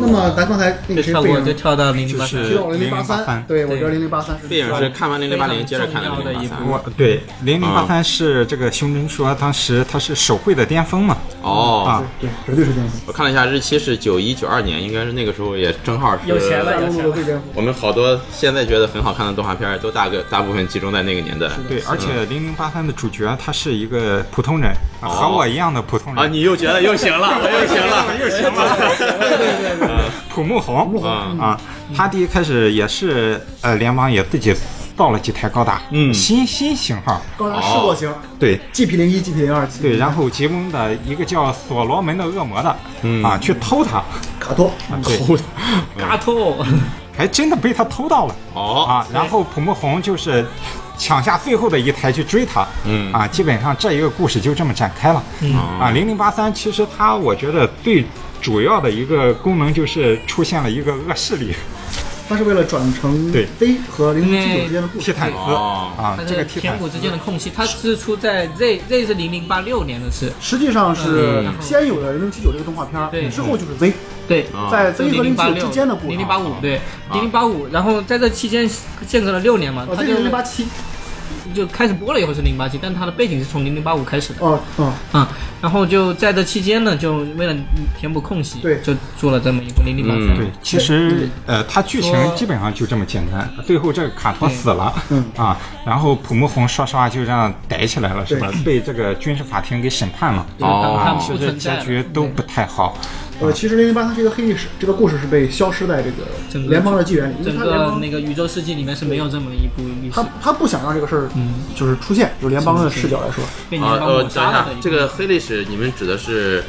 那么咱刚才那就个谁跳贝过尔就跳到零零八就提是到零零八0083对我对觉得零零八三是电影是看完零零八零接着看非常重要零的零一八部三。啊我对零零八三是这个胸针说，当时它是手绘的巅峰嘛。哦，啊，对，绝对是巅峰。我看了一下日期是九一九二年，应该是那个时候也正好是有钱了大陆的最巅峰，我们好多现在觉得很好看的动画片儿，都大个大部分集中在那个年代。对，而且零零八三的主角他是一个普通人，啊和我一样的普通哦啊，人，你又觉得又行 了，我又行了，又行了。普木红啊啊，他第一开始也是呃，联邦也自己造了几台高达，嗯新新型号，高达试过型对， ，GP 零一、GP 零二、对，然后吉翁的一个叫所罗门的恶魔的，嗯啊，去偷 他，卡托，啊对，嘎透，还真的被他偷到了，哦，啊，然后普木红就是抢下最后的一台去追他，嗯啊，基本上这一个故事就这么展开了，嗯啊，零零八三其实它我觉得最主要的一个功能就是出现了一个恶势力它是为了转成对 Z 和零零七九之间的故提事。坦斯哦啊它，这个是提填坦补之斯间的空隙，它是出在 Z Z 是零零八六年的事，实际上是嗯先有的零零七九这个动画片儿，对之后就是 Z，对，啊在就 Z 和零零零八七九六之间的故事啊零。零八五对，零零八五，然后在这期间间隔了六年嘛，哦，它这就个零八七，就开始播了以后是零八七，但它的背景是从零零八五开始的，哦哦，嗯，然后就在这期间呢，就为了填补空隙，对就做了这么一部零零八三，对，其实呃，它剧情基本上就这么简单。最后这个卡托死了，嗯啊，然后普木红说实话就这样逮起来了，是吧？被这个军事法庭给审判了，就是当它啊，们其不实存在结了，局都不太好。啊呃，其实零零八它是一个黑历史，这个故事是被消失在这个整个联邦的纪元里，因为整它联个邦那个宇宙世纪里面是没有这么一部历史他，他不想让这个事儿嗯就是出现，就是联邦的视角来说，被联啊，邦呃，抹等一杀下了的一，这个黑历史，你们指的是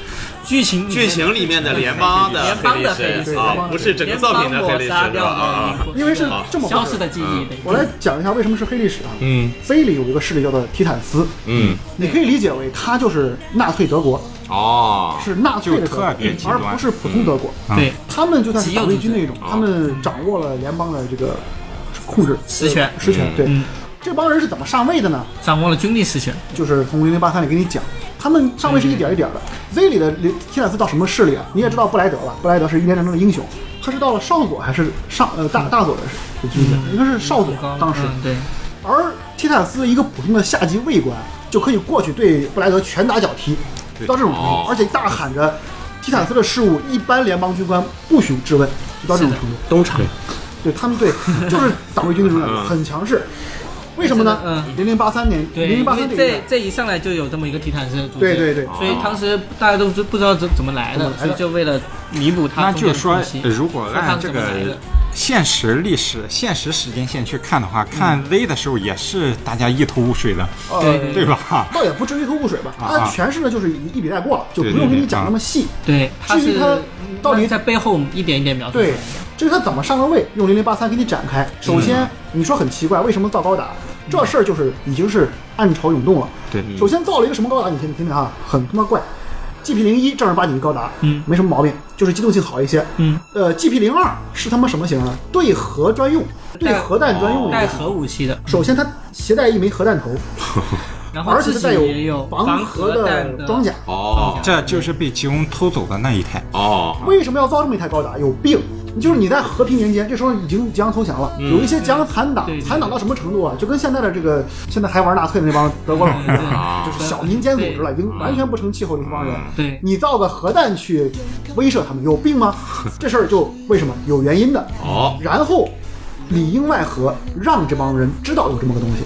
剧情剧情里面的联邦的联邦的黑黑历历史史啊，不是整个作品的黑历史联邦抹杀是吧？掉啊的啊一，部因为是这么回事消儿失的记忆的一部，我来讲一下为什么是黑历史啊。嗯 Z 里有一个势力叫做提坦斯，嗯，你可以理解为它就是纳粹德国，哦，是纳粹的德就国特别，极而端不是普通德国。对他们就算是嗯极右党卫军那种组，织他们掌握了联邦的这个控制呃实权实权。对，这帮人是怎么上位的呢？掌握了军力实权，就是从零零八三里给你讲，他们上位是一点一点的。Z 里的里提坦斯到什么势力啊？你也知道布莱德吧？布莱德是一年战争的英雄，他是到了少佐还是上呃大大佐的是军衔？应该是少佐当时。嗯对，而提坦斯一个普通的下级卫官就可以过去对布莱德拳打脚踢，到这种程度哦，而且大喊着提坦斯的事务一般联邦军官不许质问，就到这种程度。东厂对他们对，就是党卫军那 种感嗯觉，很强势。为什么呢？嗯，零零八三年，对，零零因八三为这一这年，这一上来就有这么一个提坦斯的组对织，对对所以当时大家都不不知道怎怎么来怎的么，来的所以就为了弥补他那中间就的是说空隙，如果按说这他们怎么来个的现实历史、现实时间线去看的话，看 Z 的时候也是大家一头雾水的，呃，对对吧？ 倒也不至于一头雾水吧，他啊啊诠释的就是一一笔带过了，就不对用对跟你对嗯讲那么细。对，他至于是他到底在背后一点一点描述出来对的，，至于他怎么上的位，用零零八三给你展开。首先，你说很奇怪，为什么造高达？这事儿就是已经是暗潮涌动了。对，首先造了一个什么高达，你听听听啊，很他妈怪。GP 零一正儿八经高达，嗯没什么毛病，就是机动性好一些。嗯，呃，GP 零二是他妈什么型呢？对核专用，对带核弹专用的带一个型。核武器的，首先，它携带一枚核弹头，然后而且自它己带也防防核弹的装甲。哦这就是被吉翁偷走的那一台。哦，为什么要造这么一台高达？有病！就是你在和平年间，这时候已经即将投降了，有一些即将残党嗯对，对残党到什么程度啊？就跟现在的这个现在还玩纳粹的那帮德国佬一样，啊就是小民间组织了，已经完全不成气候的一帮人。嗯对你造个核弹去威慑他们，有病 吗？这事儿就为什么有原因的。哦，然后里应外合，让这帮人知道有这么个东西。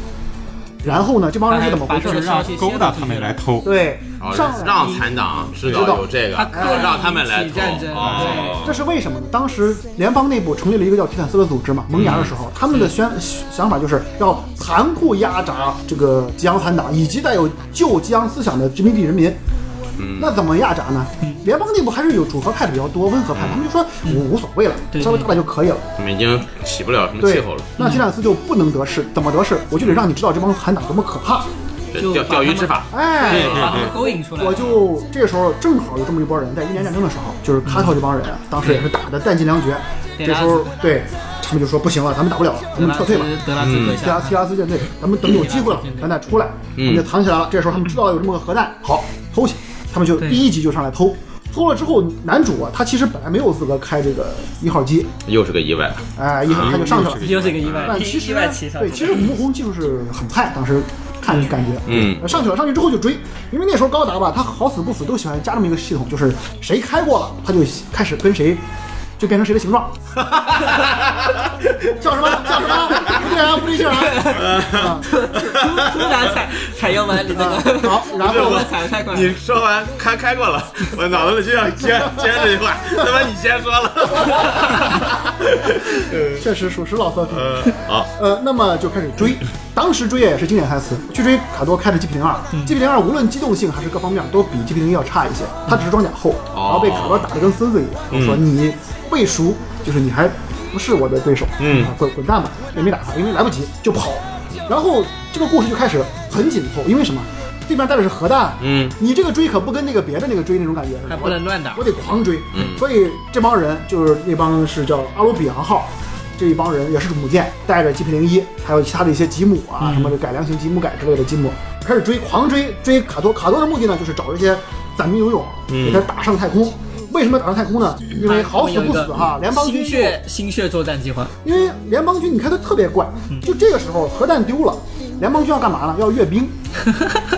然后呢，这帮人是怎么回事把就这儿？个是让勾搭他们来偷。对，哦上来让残党知道有这个，他刻意让他们来引投起战争哦，这是为什么呢？当时联邦内部成立了一个叫提坦斯的组织嘛，萌芽的时候，他们的宣想法就是要残酷压榨这个吉昂残党以及带有旧吉昂思想的殖民地人民。那怎么压榨呢？联邦内部还是有主和派比较多，温和派，他们就说我无所谓了，对稍微打打就可以了。他们已经起不了什么气对候了，，那提坦斯就不能得势，怎么得势？我就得让你知道这帮残党多么可怕。这就钓把钓鱼他们执法，哎，把他们勾引出来，我就这时候正好有这么一波人，在一年战争的时候，就是卡特这帮人，当时也是打的弹尽粮绝。这嗯对时候，对他们就说不行了，咱们打不了了，咱德们拉撤斯退吧。德拉嗯斯阁提拉下，提拉斯舰队，咱们等有机会了，咱再嗯出来。他们就藏起来了。这时候他们知道有这么个核弹，好偷去，他们就第一集就上来偷。做了之后，男主啊，他其实本来没有资格开这个一号机，又是个 意外，哎，一号他就上 去了。又是一个意外，但一其实意外骑上对，其实吴红技术是很菜，当时看感觉，嗯呃，上去了，上去之后就追，因为那时候高达吧，他好死不死都喜欢加这么一个系统，就是谁开过了，他就开始跟谁。就变成谁的形状， 叫什么叫什么？不对啊，不对劲儿啊！突 然踩踩油门，你这啊个呃 好，然后油门踩的太快，你说完开开过了，我脑子里就想 接接这句话，他妈你先说了。确实属实老色批。 好，呃，那么就开始追，当时追也啊是经典台词，去追卡多开的 GP 零二，GP 零二无论机动性还是各方面都比 GP 零要差一些，它只是装甲厚，哦然后被卡多打得跟孙子一样，嗯我说你背熟，就是你还不是我的对手，嗯啊，滚滚蛋吧，也没打他，因为来不及就跑，然后这个故事就开始很紧凑，因为什么？对面带的是核弹，嗯，你这个追可不跟那个别的那个追那种感觉似的，还不能乱打嗯我得狂追。所以这帮人就是那帮是叫阿鲁比昂号，这一帮人也是母舰，带着 GP 零一，还有其他的一些吉姆嗯啊、什么的改良型吉姆改之类的吉姆，开始追，狂追追卡多。卡多的目的呢，就是找这些散兵游勇，给嗯他打上太空。为什么打上太空呢？因为好死不死哈、联邦军嗯心就血心血作战计划，因为联邦军你看他特别怪，嗯就这个时候核弹丢了，联邦军要干嘛呢？要阅 兵，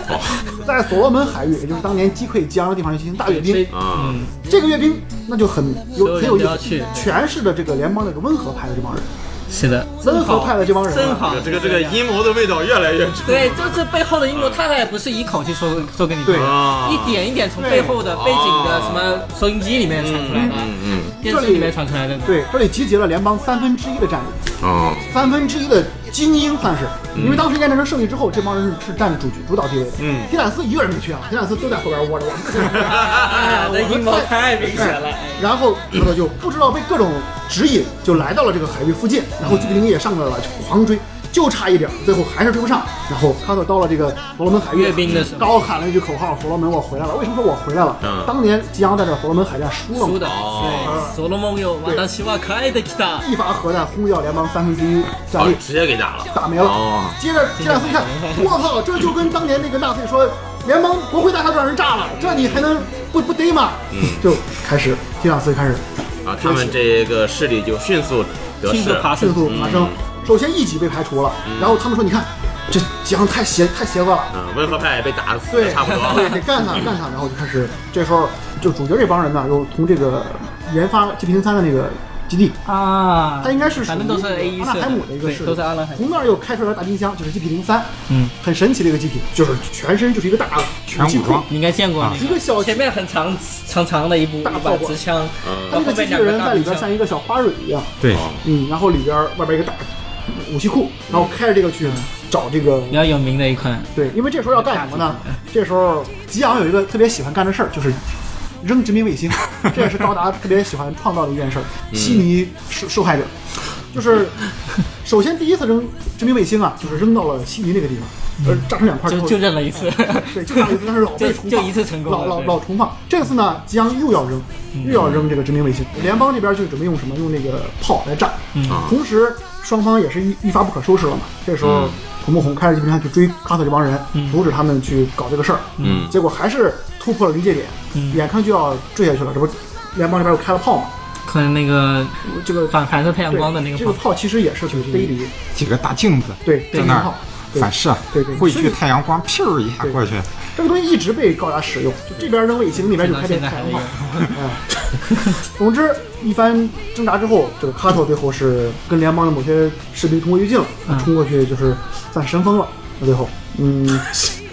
哦在所罗门海域，也就是当年击溃江的地方进行大阅所以嗯兵。啊，这个阅兵那就很有很有所有人都要意思去，全是的这个联邦这个温和派的这帮人，是的，温和派的这帮人啊真好，这个这个阴谋的味道越来越重。对，这这背后的阴谋，他也不是一口气说说给你听对啊，一点一点从背后的背景的什么收音机里面传出来的，哦嗯嗯电视里面传出来的，对，这里集结了联邦三分之一的战力，哦，三分之一的精英算是，因为当时一战争胜利之后，这帮人是占主主导地位的。嗯铁胆斯一个人没去啊，铁胆斯都在后边窝着我。啊，那阴谋太明显了。哎然后他们就不知道被各种指引，就来到了这个海域附近，然后吉比林也上来了，就狂追，就差一点，最后还是追不上。然后卡特到了这个所罗门海域，阅兵的时候高喊了一句口号：“所罗门，我回来了！”为什么说我回来了？嗯当年吉昂在这所罗门海战输了嘛，输的，哦嗯对，所罗门有瓦达西瓦可爱的吉他，一发核弹轰掉联邦三分之一战好力，，直接给打了，打没了。哦接着这两次一看，我操，这就跟当年那个纳粹说联邦国会大厦都让人炸了，这你还能不不逮吗？嗯就开始这两次开始啊，他们这个势力就迅速得迅速势，爬迅升，速爬升。嗯首先一级被排除了，然后他们说：“你看，这姜太邪太邪恶了，嗯，温和派也被打死对，的差不多对，了，得干他干他。”然后就开始，这时候就主角这帮人呢，又从这个研发 GP 零三的那个基地，啊，它应该是属于反正都是 A 一阿纳社海姆的一个对势力，都是阿拉海姆从那儿又开出来大冰箱，就是 GP 零三，嗯，很神奇的一个 GP，就是全身就是一个大全武装，你应该见过啊一个小前面很长长长的一部大一炮嗯把管支枪，它到那后个机面器两个人在大里支边像枪，一个小花蕊一样，对，嗯，然后里边外边一个大武器库，然后开着这个嗯去找这个比较有名的一款，对，因为这时候要干什么呢？这时候吉昂有一个特别喜欢干的事儿，就是扔殖民 卫星，这也是高达特别喜欢创造的一件事儿。悉尼受受害者，就是首先第一次扔殖民卫星啊，就是扔到了悉尼那个地方，呃，炸成两块之就后就认了一次，对，就炸一次，但是老被重放，就就一次成功了老老对嗯老重放。这次呢，吉昂又要扔，又要扔这个殖民卫星。联邦这边就准备用什么？用那个炮来炸。嗯啊同时，双方也是一一发不可收拾了嘛。这时嗯候，土木红开着机枪去追卡特这帮人，嗯阻止他们去搞这个事儿。嗯结果还是突破了临界点，嗯眼看就要坠下去了。这不，联邦这边又开了炮嘛？ 可能那个这个反反射太阳对光的那这个个炮，炮其实也是挺卑离，几个大镜子对，在对那炮儿。对反射对对，对汇所以聚太阳光，咻一下过去，这个东西一直被高达使用，就这边扔卫星，那边就开这个太阳炮。哎总之一番挣扎之后，这个卡头最后是跟联邦的某些士兵通过预镜了，嗯冲过去就是算神风了。那最后，嗯，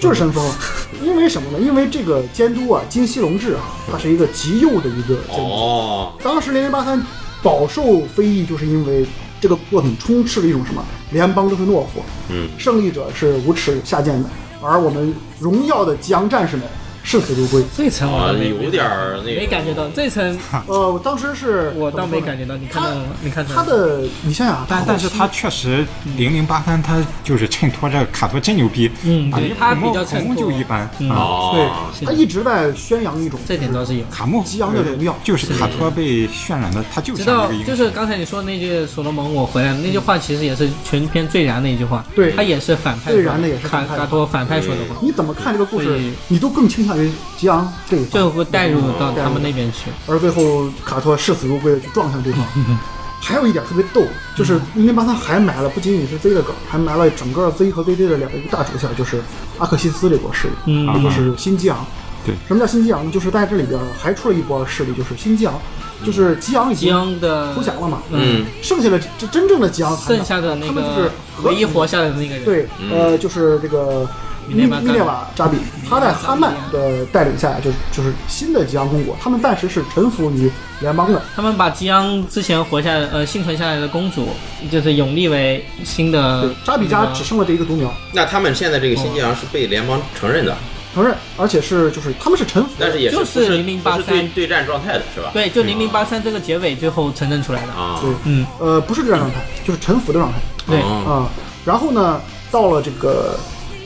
就是神风了。因为什么呢？因为这个监督啊，金熙龙志啊，他是一个极右的一个监督。哦，当时零零八三饱受非议，就是因为这个作品充斥了一种什么？联邦都是懦夫，嗯，胜利者是无耻下贱的，而我们荣耀的吉阳战士们视死如归。这层我啊，倒没有点儿那个没感觉到，这层呃，我当时是我倒没感觉。觉到，你他看到了吗？你看到他了吗的，你想想啊，但但是他确实零零八三，他就是衬托着卡托真牛逼，嗯啊对你他卡莫比较口衬红托就一般嗯啊。哦，对，他一直在宣扬一种这点倒是有。卡莫激昂的荣耀就是卡托被渲染的，他就知像那道个英雄，就是刚才你说那句“所罗门，我回来了”那句话，其实也是全篇最燃的一句话。对他也是反派说最燃的也是卡反派嗯卡托反派说的话。你怎么看这个故所事以，你都更倾向于于吉昂这一方，就会带入嗯到他们那边去。而最后卡托视死如归的去撞向对方。嗯还有一点特别逗，就是零零八三还埋了不仅仅是 Z 的梗，还埋了整个 Z 和 ZZ 的两个大主线，就是阿克西斯这波势力，嗯也啊就是新激昂。对什么叫新激昂呢？就是在这里边还出了一波势力，就是新激昂，就是激昂已吉经嗯昂的投降了嘛，嗯，剩下的这真正的激昂团剩下的那他们就是个和唯一活下来的那个人，对，呃，嗯就是这个米密涅瓦密涅瓦扎比，他在哈曼的带领下，就就是新的吉昂公国，他们暂时是臣服于联邦的。他们把吉昂之前活下来呃幸存下来的公主，就是永立为新的嗯对，扎比家那个只剩了这一个独苗，那他们现在这个新晋阳是被联邦承认的，承认，而且是就是他们是臣服的，但是也嗯就不是是0083不是对对战状态的是吧？对，就零零八三这个结尾最后承认出来的。啊，对，嗯，呃，不是这样状态，就是臣服的状态对，哦啊、然后呢，到了这个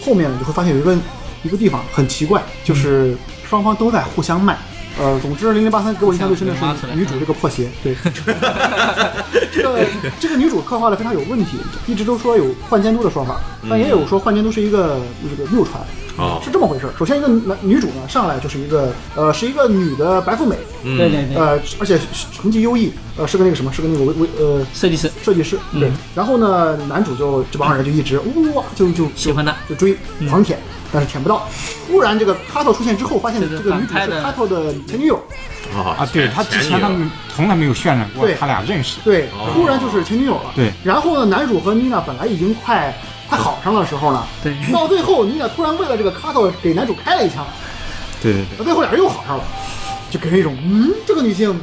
后面，你就会发现有一个一个地方很奇怪，就是双方都在互相卖。呃，总之，零零八三给我印象最深的互相互是骂女主这个破鞋，对，这个这个女主刻画的非常有问题，一直都说有换监督的说法，但也有说换监督是一个这个谬传，哦是这么回事儿。首先，一个男女主呢上来就是一个呃是一个女的白富美，嗯对对对，呃，而且成绩优异，呃，是个那个什么，是个那个维维呃设计师设计师。嗯对，然后呢，男主就这帮人就一直哇，就就喜欢他，就追，嗯狂舔，但是舔不到。突然这个卡特出现之后，发现这就是个女主反派是的卡特的前女友，啊啊，对他之前他们从来没有渲染过对他俩认识，对哦，突然就是前女友了。对然后呢，男主和妮娜本来已经快快好上的时候呢，对到最后妮娜突然为了这个卡特给男主开了一枪，对对对，那最后俩人又好上了，就给人一种嗯，这个女性。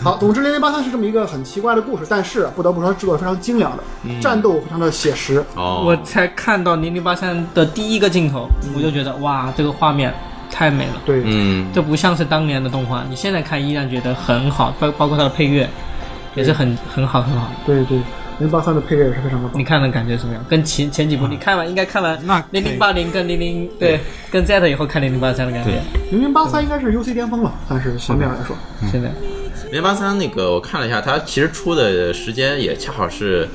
好，总之《零零八三》是这么一个很奇怪的故事，但是不得不说，制作是非常精良的，嗯战斗非常的写实。哦，我才看到零零八三的第一个镜头，嗯我就觉得哇，这个画面太美了。对，嗯，这不像是当年的动画，你现在看依然觉得很好，包包括它的配乐也是很很好很好。对对，《零八三》的配乐也是非常的棒你。看了感觉怎么样？跟前前几嗯部你看完应该看完那零零八零跟零零对跟 Z 以后看零零八三的感觉， 《零零八三》应该是 UC 巅峰了，算是层面来说。现嗯在零八三那个我看了一下，它其实出的时间也恰好是。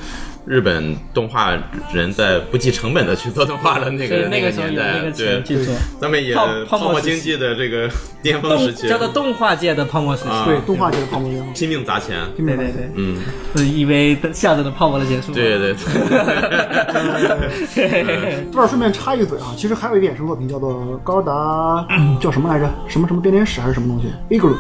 日本动画人在不计成本的去做动画的那就是个那个时候年有那代，啊个对钱，去做他们也泡泡沫泡沫时期经济的这个巅峰时期哎 动，叫做动画界的泡沫时期。啊对，动画界的泡沫巅峰。拼命砸钱，对对对，嗯，是因为象征的泡沫的结束。对对对，嘿嘿嘿嘿。这儿顺便插一嘴啊，其实还有一个衍生作品叫做高达，嗯叫什么来着？什么什么编年史还是什么东西 i g l u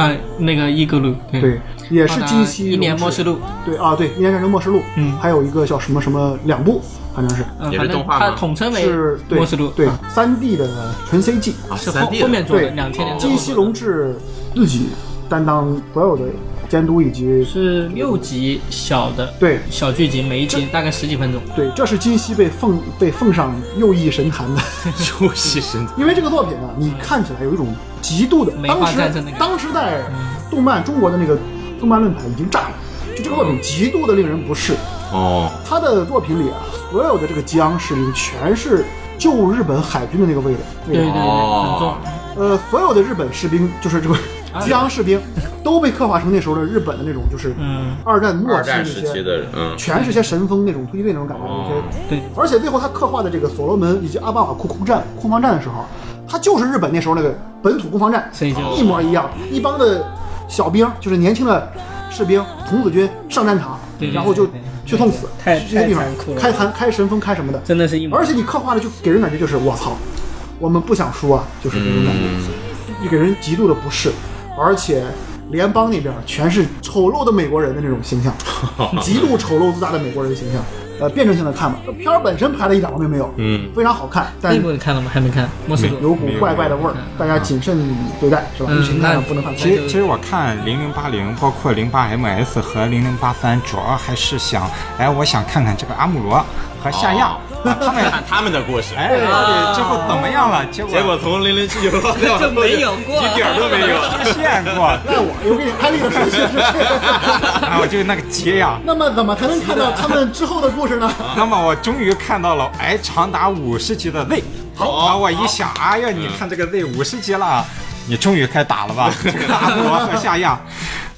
啊，那个伊格鲁，对，也是近期嗯一年录制末世录，对啊，对，《一年战争末世录》，嗯还有一个叫什么什么两部，反正是嗯，也是反正动画它吗统称为是对末世录，对啊三 D 的纯 CG， 啊，是三后 D 后面做的对两千年之金后做的。希龙志自己担当所有的监督以及是六集小的，对小剧集，每一集大概十几分钟。对，这是金希被奉被奉上右翼神坛 的，休息神因为这个作品啊，你看起来有一种极度的美化当时战争的感觉嗯当时在动漫中国的那个动漫论坛已经炸了，就这个作品极度的令人不适。哦，他的作品里啊，所有的这个激昂势力全是旧日本海军的那个味道，味对对道对，很重哦。呃，所有的日本士兵，就是这个哎激昂士兵，都被刻画成那时候的日本的那种，就是嗯二战末二期战那时期些，的人，嗯，全是些神风那种推进那种感觉哦那些。对，而且最后他刻画的这个所罗门以及阿巴瓦库空战、空防战的时候，他就是日本那时候那个本土攻防战，所以就一模一样，一帮的小兵，就是年轻的士兵童子军上战场对，对然后就对对对去送死，太这些地方太残酷了开弹、开神风、开什么的，真的是一模而且你刻画的就给人感觉就是我操，我们不想输啊，就是这种感觉，就给人极度的不适，而且。联邦那边全是丑陋的美国人的那种形象，极度丑陋自大的美国人形象，呃，辩证性的看吧。这片儿本身拍的一点毛病没有，嗯，非常好看，但那部你看了吗？还没看。末世录有股怪怪的味儿，大家谨慎对待，是吧？嗯你谁看了不能犯错其实，其实我看零零八零，包括零八 MS 和零零八三，主要还是想，哎，我想看看这个阿姆罗和夏亚、啊 他们，看他们的故事，哎，到底最后怎么样了？结果结果从零零七九到 就没有过一点儿都没 有。出现过，那我又给你拍了一个手机。啊，我就那个急呀、 那么怎么才能看到他们之后的故事呢？那么我终于看到了，哎，长达五十集的 Z。好，啊，我一想，哎呀，你看这个 Z 五十集了，啊你终于该打了吧？这个阿姆罗和夏亚，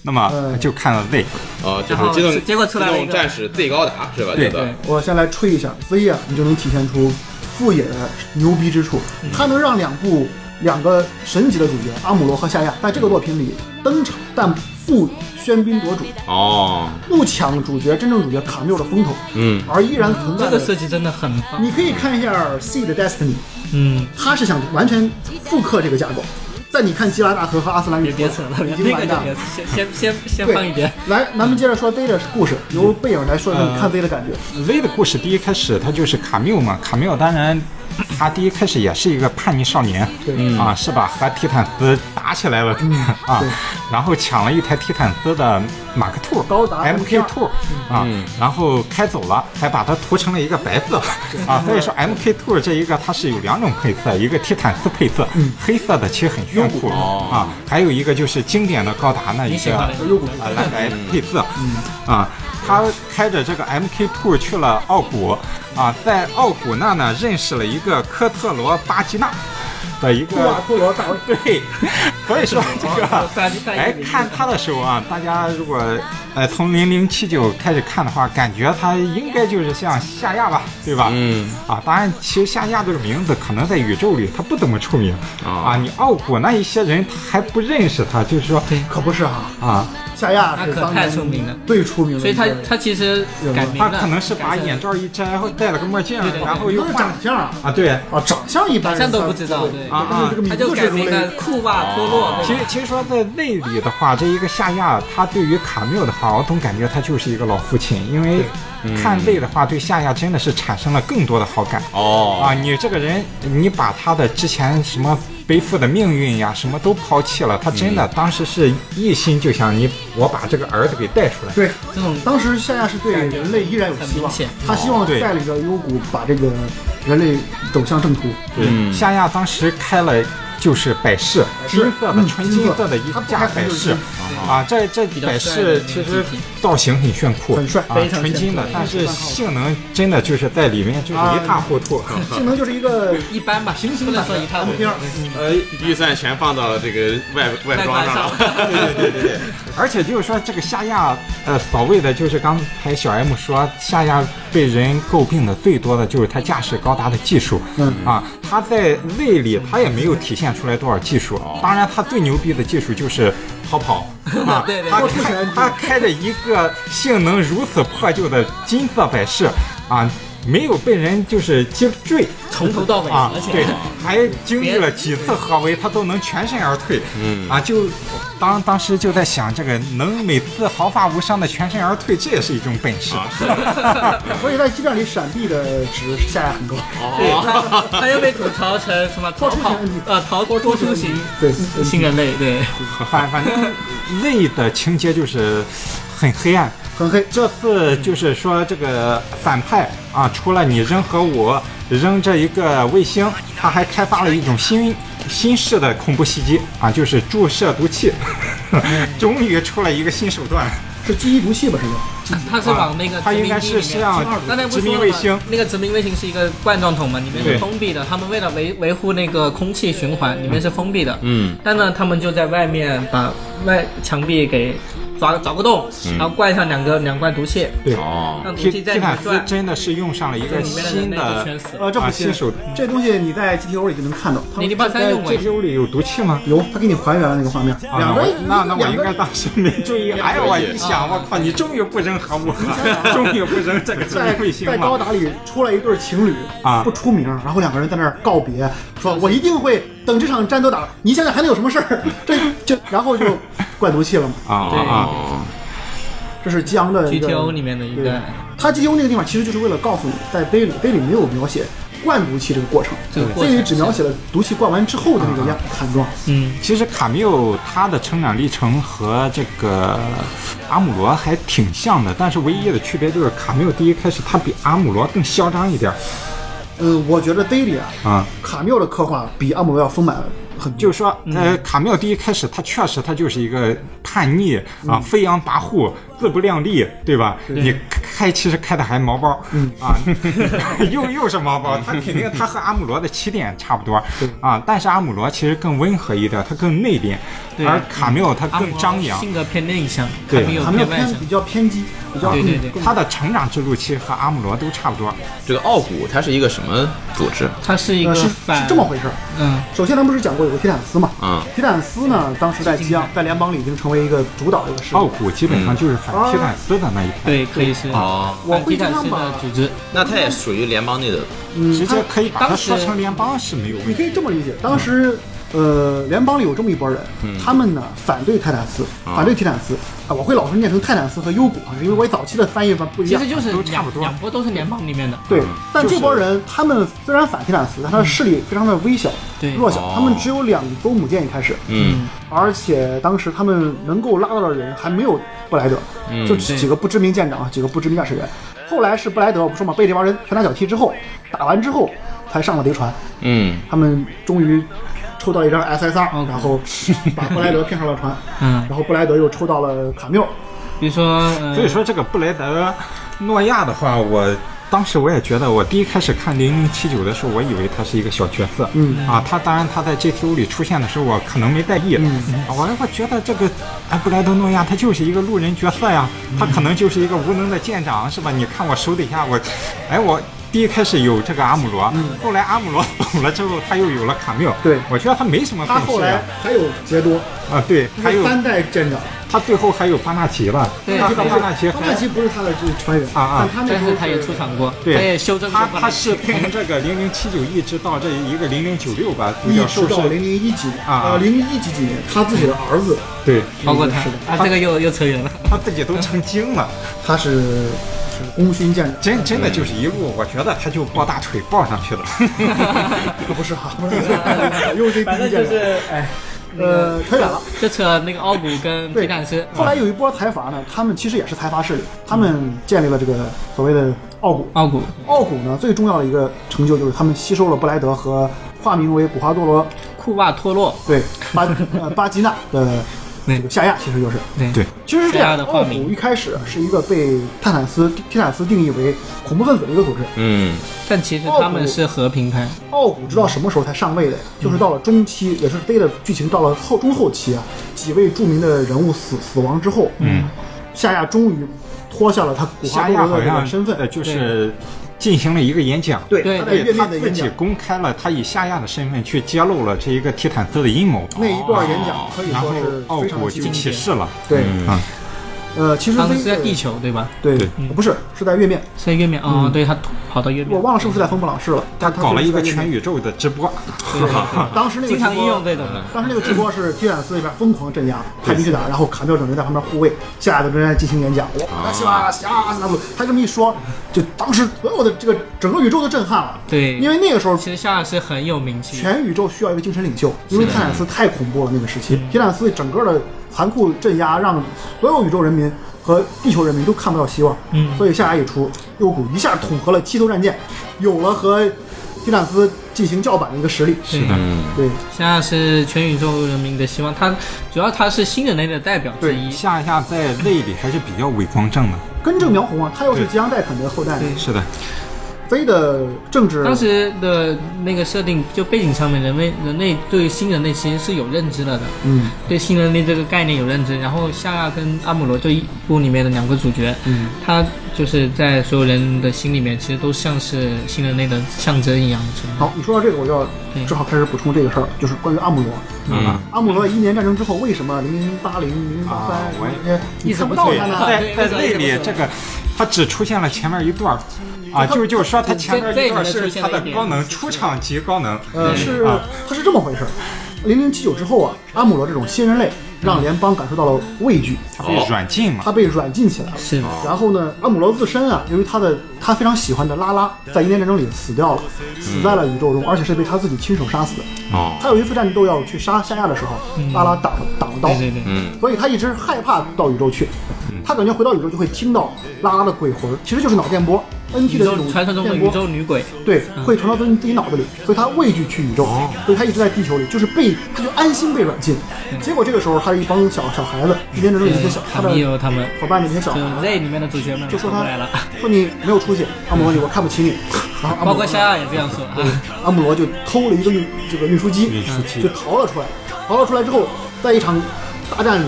那么就看了 Z。哦，就然后是机动结果出来了机一动个战士 Z 高达是吧？对叫做对我先来吹一下 Z 啊，你就能体现出副野的牛逼之处，它能让两部两个神级的主角阿姆罗和夏亚在这个作品里登场，但不喧宾夺主，哦，不抢主角真正主角卡缪的风头，嗯，而依然存在这着个设计真的很棒。你可以看一下《C 的 Destiny》，嗯，他是想完全复刻这个架构。在你看基拉大河和阿斯兰别与别扯了，已别经那个完就蛋别了。，先先先先对放一边。嗯来，咱们接着说 Z 的故事，由背影来说一说你看 Z 的感觉。 V 的故事第一开始他就是卡缪嘛，卡缪当然他第一开始也是一个叛逆少年，对嗯嗯啊是吧？和提坦斯打起来了、 啊对，然后抢了一台提坦斯的马克兔高达嗯 MK 兔啊，嗯然后开走了，还把它涂成了一个白色啊，所以说 MK 兔这一个它是有两种配色，一个提坦斯配色，嗯黑色的其实很炫酷哦啊，还有一个就是经典的高达那一你喜个欢的幽谷啊，蓝白配色，啊，他开着这个 MK Two 去了奥古，啊，在奥古那呢认识了一个科特罗巴吉纳的一库瓦个，库罗大卫，对，所以说这 个。翻翻哎一，边看他的时候啊，大家如果呃从零零七九开始看的话，感觉他应该就是像夏亚吧，对吧？嗯，啊，当然，其实夏亚这个名字可能在宇宙里他不怎么出名、啊啊，你奥古那一些人他还不认识他，就是说可不是哈、啊，夏亚他是可当太年出名了最出名的所以一个他人，他其实改名他了，可能是把改成眼罩一摘，然后戴了个墨镜对对，对然后又就是换长相啊，啊，对。啊长相一般人长相都看不知道对对啊啊这个名他就字改是如名了雷。库瓦托洛。其实，其实说在内里的话，这一个夏亚，他对于卡缪的话，我总感觉他就是一个老父亲，因为看内的话，对夏亚真的是产生了更多的好感。啊，哦，你这个人，你把他的之前什么背负的命运呀，什么都抛弃了，他真的当时是一心就想你，我把这个儿子给带出来。对，这种当时夏亚是对人类依然有希望很明显，他希望哦对带领着幽谷把这个人类走向正途。对，夏亚当时开了就是百事，金色的嗯纯金金色色的一它不架开百很久事就啊，这这比较百帅的那事种其实机体造型很炫酷，很帅啊非，常啊纯金的炫酷，但是性能真的就是在里面就是一塌糊涂。啊性能就是一个一般吧，平行不能版说的一嗯塌糊 M 涂，P 二，呃，预算全放到了这个外外装 上了，对对对对，而且就是说这个夏亚，呃，所谓的就是刚才小 M 说夏亚被人诟病的最多的就是他驾驶高达的技术，嗯啊，他在内里他也没有体现出来多少技术，当然他最牛逼的技术就是逃跑。啊对对他对开他开着一个性能如此破旧的金色百事，啊，没有被人就是击坠，从头到尾，啊而，且 对，还经历了几次合围，他都能全身而退。嗯啊，就当当时就在想，这个能每次毫发无伤的全身而退，这也是一种本事。啊是所以在基站里闪避的值夏亚很高，对哦，他他又被吐槽成 什么逃跑脱出型呃逃脱出型对，新人类，对，反反正类的情节就是很黑暗。很黑。这次就是说这个反派啊，除了你扔核武，扔这一个卫星，他还开发了一种新新式的恐怖袭击啊，就是注射毒气。 终于出了一个新手段，是记忆毒气吧？是叫啊他是往啊那个他殖应民该地是里是面。让刚才不殖是说民了卫吗星？那个殖民卫星是一个冠状筒嘛，里面对是封闭的。他们为了维维护那个空气循环，里面是封闭的。嗯，但呢，他们就在外面把外墙壁给凿凿个洞，嗯然后灌上两个两罐毒气，对，哦，让毒提气提在里坦面斯转，真的是用上了一个里面的新人类就的全死了。呃，这不啊新新手这东西你在 GTO 里就能看到。它你零八三呃用过这呀？周里有毒气吗？有，它给你还原了那个画面，啊两个人那那我两应个该人当时没注意。哎呀，我一想，我靠，你终于不扔核武了，终于不扔这个殖在民卫星在高了。达里出来一对情侣啊不出名，然后两个人在那儿告别，说我一定会等这场战斗打，你想想还能有什么事儿？这这，然后就灌毒气了嘛。啊啊啊！哦，这是激昂的一个 GTO 里面的一个啊对他 GTO 那个地方其实就是为了告诉你，在杯里杯里没有描写灌毒气这个过程，这个过杯程里只描写了毒气灌完之后的那个样惨状。嗯，其实卡缪他的成长历程和这个阿姆罗还挺像的，但是唯一的区别就是卡缪第一开始他比阿姆罗更嚣张一点嗯，我觉得 Daily 啊，啊。卡缪的刻画比阿姆罗要丰满很多。就是说，嗯呃，卡缪第一开始他确实嗯他就是一个叛逆啊，飞扬跋扈，自不量力，对吧？你开其实开的还毛包，嗯啊， 又又是毛包，他肯定他和阿姆罗的起点差不多啊，但是阿姆罗其实更温和一点，他更内敛，而卡缪他阿姆更张扬。性格偏内向，对没有还没有偏外偏向比。较偏激，比较嗯呃对对对更他的成长之路其实和阿姆罗都差不多，这个奥古它是一个什么组织？他是一呃个是反，是这么回事儿。嗯，首先，咱不是讲过有个铁坦斯嘛？嗯铁坦斯呢，当时在激激进昂派在联邦里已经成为一个主导的一个势奥力。古基本上就是反嗯皮坦斯的那一派，对，可以是哦我反会地这毯样式把的组织，那它也属于联邦内的直接可以把它嗯当时说成联邦是没有你问可题。以这么理解，当时。呃，联邦里有这么一拨人，他们呢反对泰坦斯，嗯啊反对铁坦斯啊，我会老是念成泰坦斯和幽谷，是因为我早期的翻译版不一其样实。就是都差不两多两波都是联邦里面的，嗯对，但就是这波人他们虽然反铁坦斯，但他的势力非常的微小、对弱小哦，他们只有两艘母舰一开始，嗯而且当时他们能够拉到的人还没有布莱德，嗯就几几个不知名舰长，啊几个不知名驾驶员。后来是布莱德，我不说嘛，被这帮人拳打脚踢之后，打完之后才上了贼船，嗯他们终于抽到一张 SSR， OK 然后把布莱德骗上了 船，嗯然后布莱德又抽到了卡缪，比如说，呃所以说这个布雷德诺亚的话，我当时我也觉得，我第一开始看零零七九的时候，我以为他是一个小角色，嗯啊，他当然他在 GTO 里出现的时候，我可能没在意，嗯啊我我觉得这个哎布莱德诺亚他就是一个路人角色呀，嗯他可能就是一个无能的舰长是吧？你看我手底下我，哎我。第一开始有这个阿姆罗，后来阿姆罗走了之后，他又有了卡缪。嗯对我觉得他没什么本他事、啊。后来还有杰多，啊，对，还有三代舰长。他最后还有巴纳奇了。对他这和个巴纳奇他还那期不是他的就是船员啊啊但他那但时是候他也出场过，他对也修正过他巴他拿是奇，从这个零零七九一直到这一个零零九六吧，独一角直兽到零是，零一几啊啊呃零零一几几年，他自己的儿子对包括他是的啊，这个又又扯远了。他自己都成精了，他是是功勋舰长，真真的就是一路，我觉得他就抱大腿抱上 去了。不是哈，不是 U C 反 D 舰正就长，是哎，呃，扯远了。就扯那个奥古跟对皮坦斯，啊后来有一波财阀呢，他们其实也是财阀势力，他们建立了这个所谓的奥古。奥古奥古呢，最重要的一个成就就是他们吸收了布莱德和化名为古华多罗，库瓦托洛，对巴呃巴吉纳 的这个夏亚，其实就是。对对其实是这样，这样的奥化名古一开始是一个被泰坦斯、提坦斯定义为恐怖分子的一个组织。嗯但其实他们是和平派，奥古直到什么时候才上位的？就是到了中期，也是 d 的剧情到了后中后期啊，几位著名的人物死死亡之后，嗯，夏亚终于脱下了他古华夏多亚罗好的这个像身呃份，就是进行了一个演讲，对，对他在对月他面的自演己讲。公开了他以夏亚的身份去揭露了这一个提坦斯的阴谋。那一段演讲可以哦然后说是奥非常古经就典嗯起誓了，对，啊，呃，其实当时威是在地球，球对吧？对对，不是是在月面，是在月面哦，对他跑到月我面，忘了是不是在风布朗市了。他搞了一个全域，宇宙的直播，当时那个经常直播应用这种的。当时那个直播是提坦斯那边疯狂镇压，派兵去打，然后卡缪等人在旁边护卫，夏亚的人在进行演讲，哦哇，希望希望那不，他这么一说，就当时所有的这个整个宇宙都震撼了。对因为那个时候其实夏亚是很有名气，全宇宙需要一个精神领袖，因为嗯泰坦斯太恐怖了那个时期，提坦斯整个的残酷镇压让所有宇宙人民和地球人民都看不到希望。嗯，所以夏亚一出，右谷一下统合了七艘战舰，有了和提坦斯进行叫板的一个实力。 是的嗯，对，夏亚是全宇宙人民的希望，他主要他是新人类的代表之一，夏亚在类里还是比较伟光正的。根正苗红啊，他又是吉阳戴肯的后代呢。对是的，非的政治，当时的那个设定，就背景上面，人类人类对新人类其实是有认知了的，嗯，对新人类这个概念有认知。然后夏亚跟阿姆罗这一部里面的两个主角，嗯，他就是在所有人的心里面，其实都像是新人类的象征一样存在。好，你说到这个，我就要对正好开始补充这个事儿，就是关于阿姆罗。啊嗯，阿姆罗一年战争之后，为什么零零八零零零八啊我也三，你看不到对他，啊呢？在在那里这个，它只出现了前面一段儿，嗯啊，就就是说它前面一段是它的高能出场即高能，嗯呃，是他是这么回事儿。零零七九之后啊，阿姆罗这种新人类让联邦感受到了畏惧，它被呃软禁嘛他，被软禁起来了。是的，然后呢，阿姆罗自身啊，由于他的他非常喜欢的拉拉在一年战争里死掉了，死在了宇宙中，而且是被他自己亲手杀死的。哦，他有一次战斗要去杀夏亚的时候，拉拉挡了挡了刀，嗯对对对，嗯嗯所以他一直害怕到宇宙去。他感觉回到宇宙就会听到拉拉的鬼魂，其实就是脑电波，NT 宇的这种宙传说中的电宇波宙嗯女鬼，对，会传到自己自己脑子里，所以他畏惧去宇宙，嗯所以他一直在地球里，就是被他就安心被软禁。结果这个时候，他一帮小小孩子，之间这种一些小他卡的米欧他们，伙伴这些小就孩 Z 里面的主角们就跑说过他来了，说你没有出息，阿姆罗就我看不 起你，然后阿姆包括罗夏亚也这样说啊。阿姆罗就偷了一个运这个运输机，运输机就逃了出来。逃了出来之后，在一场大战里，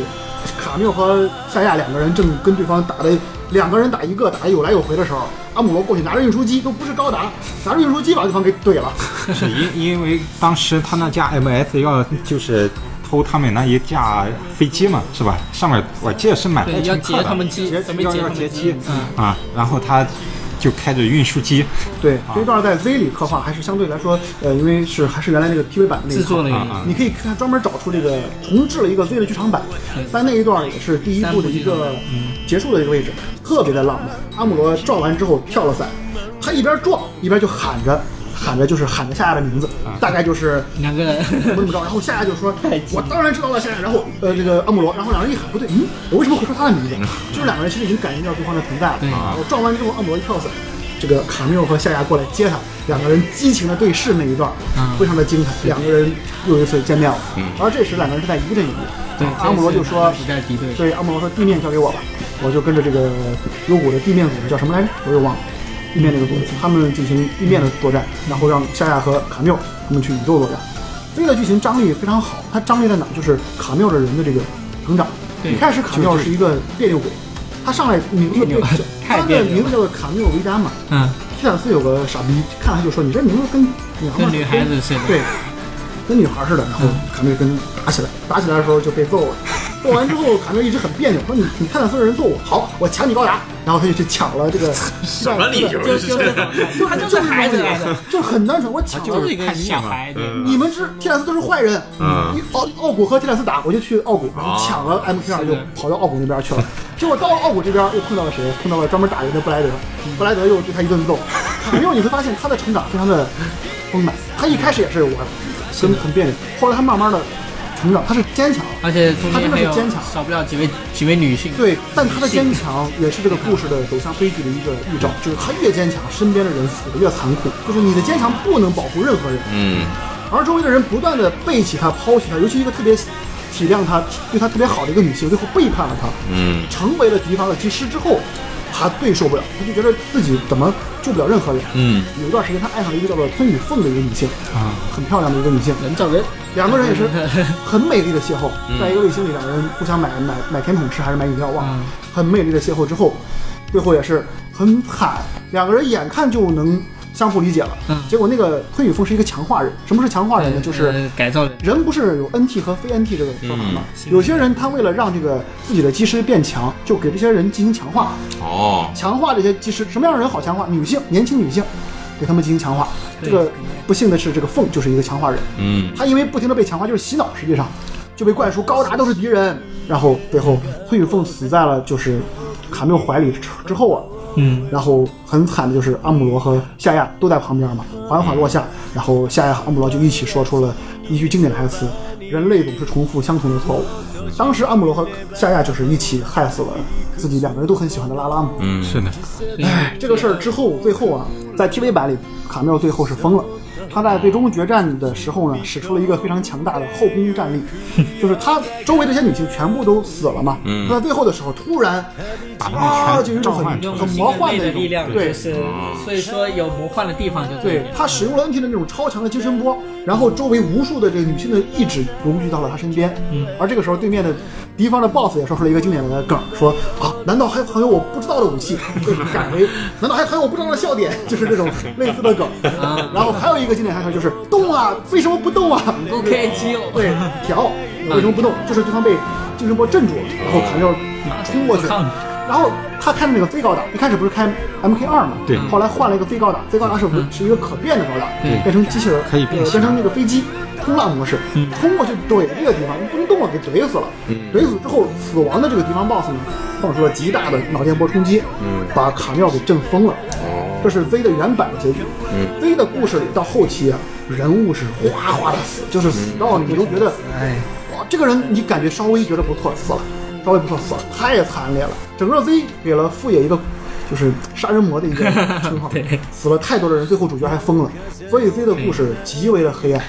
卡缪和夏亚两个人正跟对方打的两个人打一个，打得有来有回的时候，阿姆罗过去拿着运输机，都不是高达，拿着运输机把对方给怼了。是因因为当时他那架 MS 要就是偷他们那一架飞机嘛，是吧？上面我记得是买对，了要乘客劫他的们机，劫准备要劫要他劫们机机，嗯，啊，然后他就开着运输机，对，这一段在 Z 里刻画还是相对来说，呃，因为是还是原来那个 TV 版的那一制作套的。原啊啊因。你可以看专门找出这个重置了一个 Z 的剧场版，在那一段也是第一嗯部的一个结束的一个位置，特别的浪漫。阿姆罗撞完之后跳了伞，他一边撞一边就喊着喊着就是喊着夏亚的名字，大概就是两个人，怎么怎么着，然后夏亚就说：“我当然知道了，夏亚。”然后呃，这个阿姆罗，然后两人一喊，不对，嗯，我为什么会说他的名字？就是两个人其实已经感应到对方的存在了。对然后撞完之后，阿姆罗一跳伞，这个卡缪和夏亚过来接他，两个人激情的对视那一段，嗯非常的精彩。两个人又一次见面了，而这时两个人是在一个阵营里。对，阿姆罗就说这次不在敌对，所以阿姆罗说地面交给我吧，我就跟着这个幽谷的地面组织叫什么来着，我又忘了，地面那个组织，他们进行地面的作战，然后让夏亚和卡缪他们去宇宙作战。这个剧情张力非常好，它张力在哪？就是卡缪的人的这个成长。对一开始卡缪是一个别扭鬼，他上来名字别扭太他别的扭了名字叫做卡缪维达玛。嗯，皮坦斯有个傻逼，看他就说你这名字跟娘们儿跟女孩子似的，对，跟女孩似的。然后卡缪跟打起来，打起来的时候就被揍 了。揍完之后，卡缪一直很别扭，说你你看到所有人揍我，好，我抢你高达。然后他就去抢了这 个什什么理由？就这就这种，他就是孩子来的，啊就是很单纯，我抢就了是。一个小孩子，嗯你们是提坦斯都是坏人，嗯你奥奥古和提坦斯打，我就去奥古，然后抢了 M K 二，是就的跑到奥古那边去了。结果到了奥古这边，又碰到了谁？碰到了专门打人的布莱德，布莱德又对他一顿揍。卡缪你会发现他的成长非常的丰满，他一开始也是我跟很别扭，后来他慢慢的成长，他是坚强，而且中间还有他真的是坚强少不了几位几位女性，对，但他的坚强也是这个故事的走向悲剧的一个预兆，就是他越坚强，身边的人死的越残酷，就是你的坚强不能保护任何人。嗯，而周围的人不断的背弃他、抛弃他，尤其一个特别体谅他、对他特别好的一个女性，最后背叛了他，嗯，成为了敌方的军师之后，他最受不了，他就觉得自己怎么救不了任何人。嗯，有一段时间，他爱上了一个叫做村雨凤的一个女性，啊，很漂亮的一个女性，人造人，两个人也 是很美丽的邂逅，在一个卫星里，两个人互相买买买甜筒吃还是买饮料忘了嗯，很美丽的邂逅之后，最后也是很惨，两个人眼看就能相互理解了嗯，结果那个村雨凤是一个强化人，什么是强化 人呢？就是呃改造人，人不是有 NT 和非 NT 这个说法吗？嗯有些人他为了让这个自己的机师变强，就给这些人进行强化，哦，强化这些技师，什么样的人好强化？女性，年轻女性，给他们进行强化。这个不幸的是，这个凤就是一个强化人，嗯，她因为不停的被强化，就是洗脑，实际上就被灌输高达都是敌人。然后最后，崔宇凤死在了就是卡缪怀里之之后啊，嗯，然后很惨的就是阿姆罗和夏亚都在旁边嘛，缓缓落下，然后夏亚和阿姆罗就一起说出了一句经典的台词：“人类总是重复相同的错误。”当时阿姆罗和夏亚就是一起害死了自己两个人都很喜欢的拉拉姆。嗯，是的，哎，这个事儿之后，最后啊，在 TV 版里，卡缪最后是疯了。他在最终决战的时候呢，使出了一个非常强大的后宫战 力，就是他周围这些女性全部都死了嘛。嗯他在最后的时候突然把那个啊，全就有一种很召唤出来很魔幻的一种力量，对就，是所以说有魔幻的地方就在对里面他使用了 NT 的那种超强的精神波，然后周围无数的这个女性的意志融聚到了他身边。嗯，而这个时候，对面的敌方的 BOSS 也说出了一个经典的梗，说啊，难道还还有我不知道的武器？就是改为，难道还还有我不知道的笑点？ 就是这种类似的梗。然后还有一个经典台词就是动啊，为什么不动啊？ ，OK 肌肉，对，调为什么不动？就是对方被精神波镇住了，然后卡缪冲过去，然后他看那个飞高达，一开始不是开 MK 二嘛，对后来换了一个飞高达，飞高达是不是是一个可变的高达，对变成机器人，可以变呃形嗯变成那个飞机冲浪模式，冲过去怼这个地方，你不能动了，给怼死了，怼死之后，死亡的这个敌方 BOSS 呢，放出了极大的脑电波冲击，嗯把卡缪给震疯了。哦这是 Z 的原版的结局。Z 嗯的故事里到后期啊，人物是哗哗的死，就是死到你都觉得，哎，哇，这个人你感觉稍微觉得不错，死了。稍微不错，死了太惨烈了。整个 Z 给了富野一个就是杀人魔的一个称号 对，死了太多的人，最后主角还疯了，所以 Z 的故事极为的黑暗。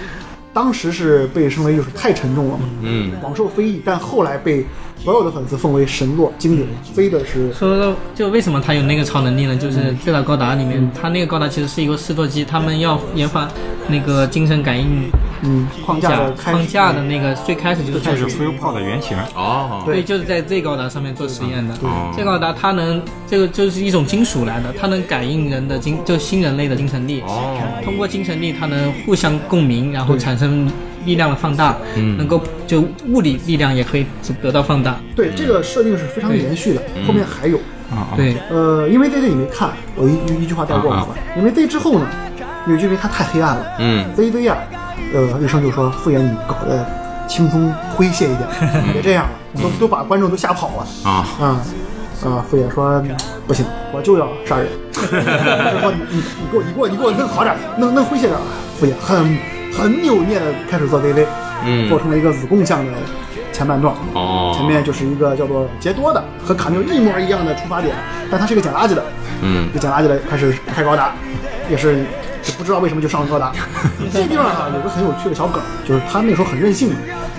当时是被称为就是太沉重了嘛，嗯，广受非议，但后来被所有的粉丝奉为神作经典。Z 的是说到就为什么他有那个超能力呢？嗯就是《最大高达》里面，他那个高达其实是一个试作机，他们要研发那个精神感应嗯框架架的开始框架的那个，最开始就是开这就是始浮游炮的原型。啊哦，对对，就是在 Z 高达上面做实验的。哦 Z 高达它能这个就是一种金属来的，它能感应人的精就新人类的精神力。哦，通过精神力，它能互相共鸣，然后产生力量的放大，嗯能够就物理力量也可以得到放大。对这个设定是非常延续的，后面还有。啊啊！对，呃，因为 Z 这你没看，我一一一句话带过了吧。因为 Z 之后呢，也就因为它太黑暗了，啊嗯 Z V 啊，呃，日升就说傅岩你搞得轻松诙谐一 点，别这样了，都都把观众都吓跑了嗯啊，啊。啊，傅野说不行，我就要杀 人。说你你你给我你给我你给我弄好点，弄弄诙谐点。傅野很很扭捏的开始做 ZV，嗯做成了一个子贡像的前半段。哦前面就是一个叫做杰多的，和卡缪一模一样的出发点，但他是个捡垃圾的，嗯就捡垃圾的开始开高达，也是就不知道为什么就上了高 达。这地方哈、有个很有趣的小梗，就是他那时候很任性的，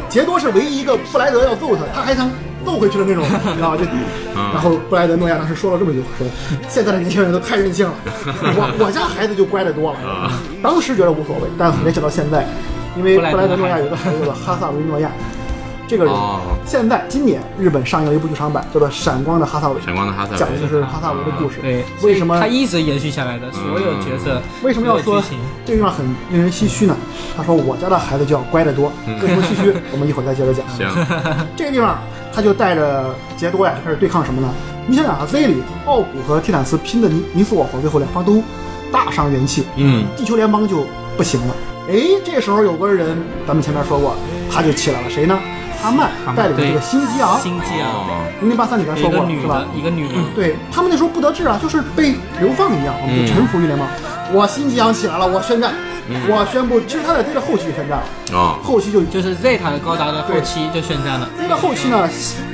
杰多是唯一一个布莱德要揍他，他还想揍回去的那 种，你知道吗？就嗯然后布莱德诺亚当时说了这么一句话，说现在的年轻人都太任性 了，我我家孩子就乖得多了。嗯当时觉得无所谓，但联想到现在，因为布莱德诺亚有个孩子叫哈萨维诺亚。这个人哦现在今年日本上映了一部剧场版，叫做《闪光的哈萨维》，闪光的哈萨维讲的就是哈萨维的故事。对，为什么他一直延续下来嗯的所有角色？为什么要所说有剧情这个地方很令人唏嘘呢？他说我家的孩子就要乖得多， 为什么唏嘘？我们一会儿再接着讲。行，这个地方他就带着杰多呀开始对抗什么呢？你想想啊，Z 里奥古和蒂坦斯拼的你你死我活，最后两方都大伤元气，嗯地球联邦就不行了。哎，这时候有个人，咱们前面说过，他就起来了，谁呢？哈曼带领的这个新激昂，星际啊，哦，零零八三里边有说一个过女是吧嗯的？，一个女的，对他们那时候不得志啊，就是被流放一样，我们就臣服于联邦。我新激昂起来了，我宣战，我宣布，其实他得追着后期宣战了，哦，后期就就是 Zeta 的高达的后期就宣战了。追到后期呢，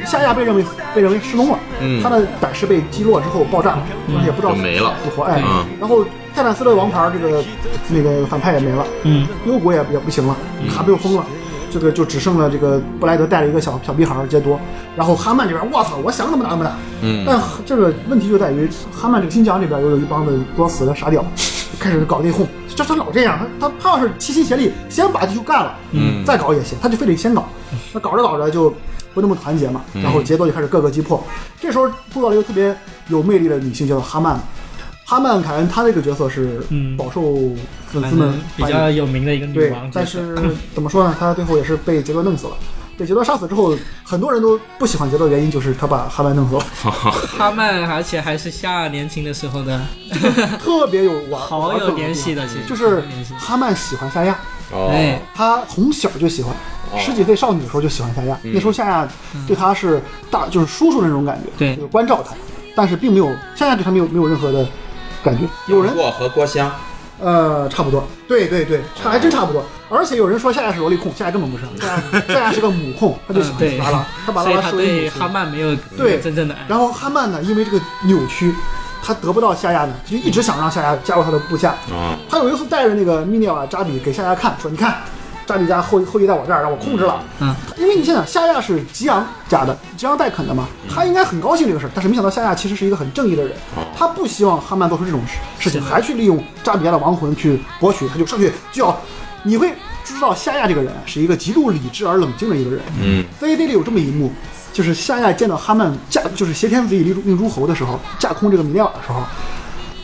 夏亚被认为被认为失踪了，嗯他的胆识被击落之后爆炸了，也不知道就没了死活，哎嗯，然后泰坦斯的王牌这个那个反派也没了，嗯，忧国也也不行了，嗯卡布又疯了。这个就只剩了这个布莱德带了一个小小屁孩儿杰多，然后哈曼这边，我操，我想怎么打怎么打。嗯但这个问题就在于哈曼这个新疆这边又有一帮子作死的傻屌，开始搞内讧，这他老这样，他他怕是齐心协力，先把地球干了，嗯再搞也行，他就非得先搞。那搞着搞着就不那么团结嘛，嗯然后杰多就开始各个击破。这时候碰到了一个特别有魅力的女性，叫做哈曼。哈曼凯恩，她这个角色是嗯饱受粉反丝们正比欢迎较有名的一个女对王，角但色是怎么说呢？他最后也是被杰多弄死了。被杰多杀死之后，很多人都不喜欢杰多的原因就是他把哈曼弄死了，哈曼，而且还是夏年轻的时 候的，特别有玩好有联系的，其实就是联系哈曼喜欢夏亚，哎哦，，他从小就喜欢，十几岁少女的时候就喜欢夏亚，那时候夏亚对他是大就是叔叔那种感觉，嗯对就是关照他，但是并没有夏亚对他没有没有任何的感觉。有人过和郭襄，呃，差不多，对对对，嗯差还真差不多。而且有人说夏亚是萝莉控，夏亚根本不是，夏亚夏亚是个母控，他就喜嗯欢对拉拉，他把拉所以拉他视为对母亲哈曼没有对真正的爱。然后哈曼呢，因为这个扭曲，他得不到夏亚呢，就一直想让夏亚加入他的部下。哦，他有一次带着那个密涅瓦扎比给夏亚看，说：“你看，扎比家后后裔在我这儿，让我控制了。”嗯，因为你想想，夏亚是吉昂家的，吉昂戴肯的嘛，他应该很高兴这个事儿。但是没想到夏亚其实是一个很正义的人，他不希望哈曼做出这种事事情，还去利用扎比家的亡魂去博取，他就上去就要。你会知道夏亚这个人啊是一个极度理智而冷静的一个人，嗯，飞飞里有这么一幕，就是夏亚见到哈曼架，就是挟天子以令令诸侯的时候，架空这个米涅瓦的时候，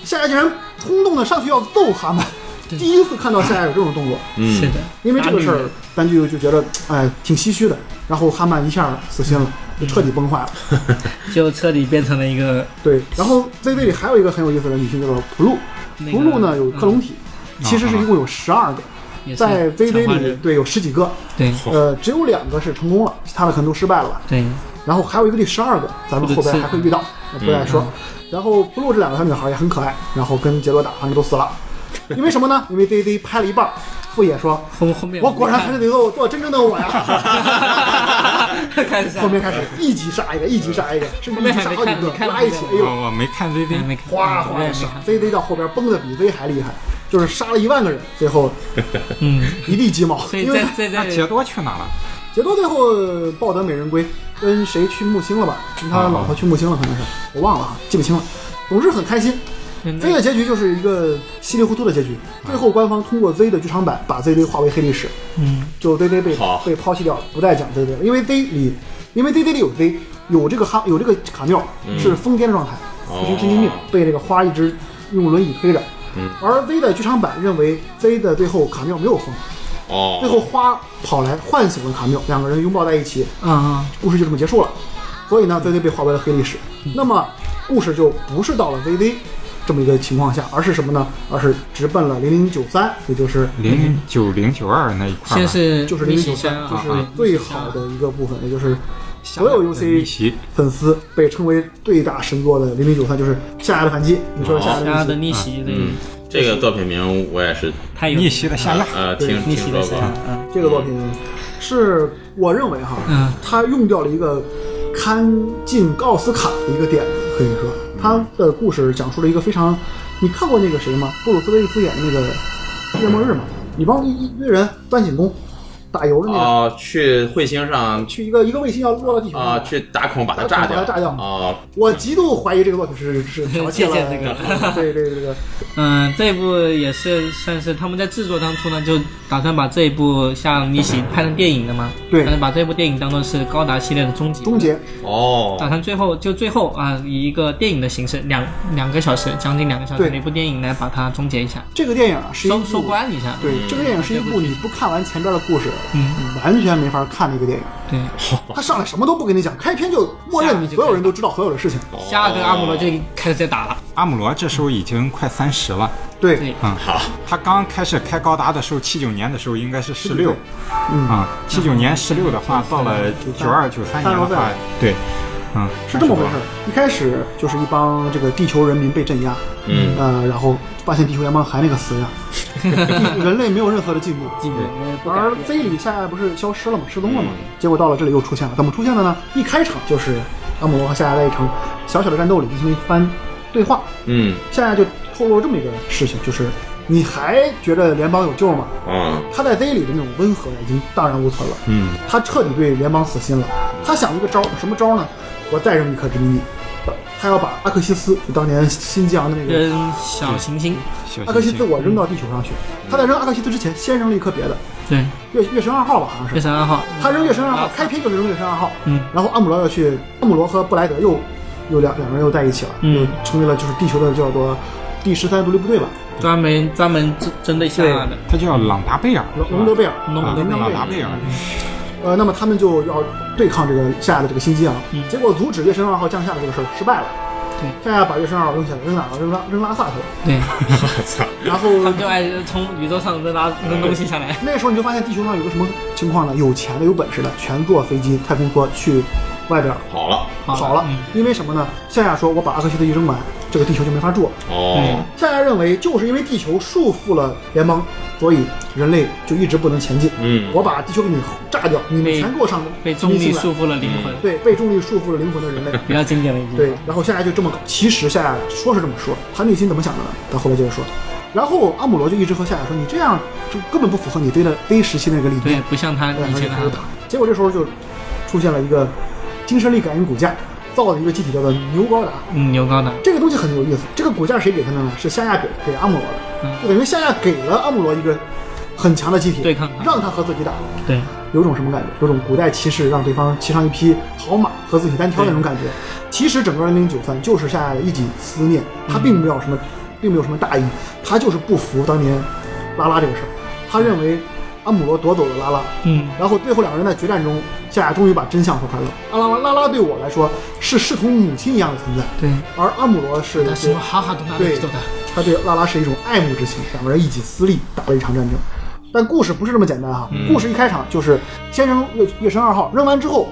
夏亚竟然冲动的上去要揍哈曼，第一次看到夏亚有这种动作，嗯是的，因为这个事打女儿人，咱就就觉得哎挺唏嘘的。然后哈曼一下死心了，嗯就彻底崩坏了。就彻底变成了一个对，然后 Z Z 里还有一个很有意思的女性叫做普露，那个嗯普露呢有克隆体，其实是一共有十二个，也是在 Z Z 强化里啊人对有十几个，对呃只有两个是成功了，其他的可能都失败了吧。对然后还有一个第十二个，咱们后边还会遇到，嗯不再说。然后不露这两个小女孩也很可爱，然后跟杰罗打，他们都 死了，因为什么呢？因为 DD 拍了一半，傅野说后后面我果然还是是 得做做真正的我呀。 看啥后？面开始一集杀一个，一集杀一个，甚至一集杀好几个后面还没看你看，了拉一起，哎呦，我我没看 VV，没看，哗哗嗯没的杀看。 ，Z Z 到后边崩的比 Z 还厉害，就是杀了一万个人，最后 嗯，一地鸡毛。所以因为在在那在杰多去哪了？杰多最后抱得美人归，跟谁去木星了吧？跟他老婆去木星了，可能是我忘了啊，记不清了。总之很开心。Z 的结局就是一个稀里糊涂的结局，最后官方通过 Z 的剧场版把 Z Z 化为黑历史，嗯就 Z Z 被好被抛弃掉了，不再讲 Z Z 了，因为 Z 里，因为 Z Z 里有 Z 有这个哈有这个卡缪是疯癫状态，不是神经病嗯哦，被这个花一直用轮椅推着。嗯而 Z 的剧场版认为 Z 的最后卡缪没有疯，哦，最后花跑来唤醒了卡缪，两个人拥抱在一起，啊啊，故事就这么结束了。所以呢，ZZ 被划为了黑历史。那么故事就不是到了 ZZ 这么一个情况下，而是什么呢？而是直奔了零零九三，也就是零零九零九二那一块儿吧。先是就是零逆零袭九山三，啊，就是对最好的一个部分，也就是下所有两个逆 UC 袭粉丝被称为最大神作的零零九三，就是夏亚的反击。你说夏大家亚哦的的逆袭，逆袭，对，嗯，这个作品名我也是太有逆袭的下压，呃听逆听袭说的山过，，嗯这个作品是我认为哈，嗯他用掉了一个堪近奥斯卡的一个点，可以说他的故事讲述了一个非常，你看过那个谁吗？布鲁斯威利斯演的那个《世界末日》吗？一帮一一堆人端井工打油的那个，哦，去彗星上去一个一个卫星要落到地球上啊，去打孔把它炸掉，把它炸掉啊，我极度怀疑这个作品是是剽窃 借了鉴这个 对对对对，嗯，这一部也是算是他们在制作当初呢，就打算把这一部像逆袭拍成电影的嘛，对但是把这部电影当做是高达系列的终结，终结哦，打算最后就最后啊、以一个电影的形式，两两个小时，将近两个小时对的一部电影来把它终结一下，这个电影啊是一收部收官一下，对，这个电影是一部你不看完前边的故事，嗯，你完全没法看的一个电影。对。他上来什么都不跟你讲，开篇就默认你所有人都知道所有的事情。下个阿姆罗就开始在打了，阿姆罗这时候已经快三十了。对，对，嗯，好，他刚开始开高达的时候，七九年的时候应该是十六，嗯啊，七九年十六的话，到了九二九三年的话，对，嗯，是这么回事。儿。一开始就是一帮这个地球人民被镇压，嗯呃，然后发现地球联邦还那个死样，人类没有任何的进步。进步，而 Z 里夏亚不是消失了吗？失踪了吗？结果到了这里又出现了，怎么出现的呢？一开场就是阿姆罗和夏亚在一场小小的战斗里进行了一番对话，嗯夏亚就透露了这么一个事情，就是你还觉得联邦有救吗？啊，他在 Z 里的那种温和已经荡然无存了。嗯，他彻底对联邦死心了。他想了一个招儿，什么招儿呢？我再扔一颗殖民地，他要把阿克西斯，就当年新疆的那个跟小行星，小阿克西行斯，星我扔到地球上去。他在扔阿克西斯之前，先扔了一颗别的，对，月月神二号吧，好像是。月神二号，他扔月神二号，开篇就是扔月神二号。嗯。然后阿姆罗要去，阿姆罗和布莱德又又两两个人又在一起了，嗯又成为了就是地球的叫做第十三独立部队吧，专门专门针针对夏亚的，他叫朗达贝尔，隆隆德贝尔。弄啊得隆朗德贝达尔贝尔，呃，那么他们就要对抗这个夏亚的这个新机啊。结果阻止月神二号降下的这个事儿失败了。嗯对，夏亚把月神二号扔下来，扔哪儿了？扔拉扔拉萨去了。 对，我操，然 他后们就爱从宇宙上扔拉扔东西下来，那时候你就发现地球上有个什么情况呢？有钱的、有本事的，全坐飞机、太空梭去外边好了，跑了。嗯因为什么呢？夏亚说：“我把阿克西的一扔完，这个地球就没法住了。”哦，夏亚认为，就是因为地球束缚了联邦，所以人类就一直不能前进。嗯我把地球给你炸掉，你们被全给我上被重力束缚。缚了灵魂，对，被重力束缚了灵魂的人类。比较经典的一对句，，然后夏亚就这么搞。其实夏亚说是这么说，他内心怎么想的呢？他后来就是说，然后阿姆罗就一直和夏亚说，你这样就根本不符合你对的 D 时期那个理对念，。不像他然以后就前开始的打。结果这时候就出现了一个精神力感应骨架造的一个机体，叫做牛高达。嗯牛高达，这个东西很有意思，这个骨架谁给他的呢？是夏亚给给阿姆罗的，嗯就等于夏亚给了阿姆罗一个很强的机体，对抗让他和自己打。对，有种什么感觉？有种古代骑士让对方骑上一匹好马和自己单挑那种感觉。其实整个零零九三就是夏亚的一己思念，他并没有什么，并没有什么大义，他就是不服当年拉拉这个事儿，他认为阿姆罗夺走了拉拉。嗯然后最后两个人在决战中，夏亚终于把真相说出来了。阿拉拉拉对我来说是视同母亲一样的存在，对，而阿姆罗是但是我好好的拿对走的，他对拉拉是一种爱慕之情，两个人一己私利打了一场战争。但故事不是这么简单哈、嗯故事一开场就是先扔月月神二号，扔完之后，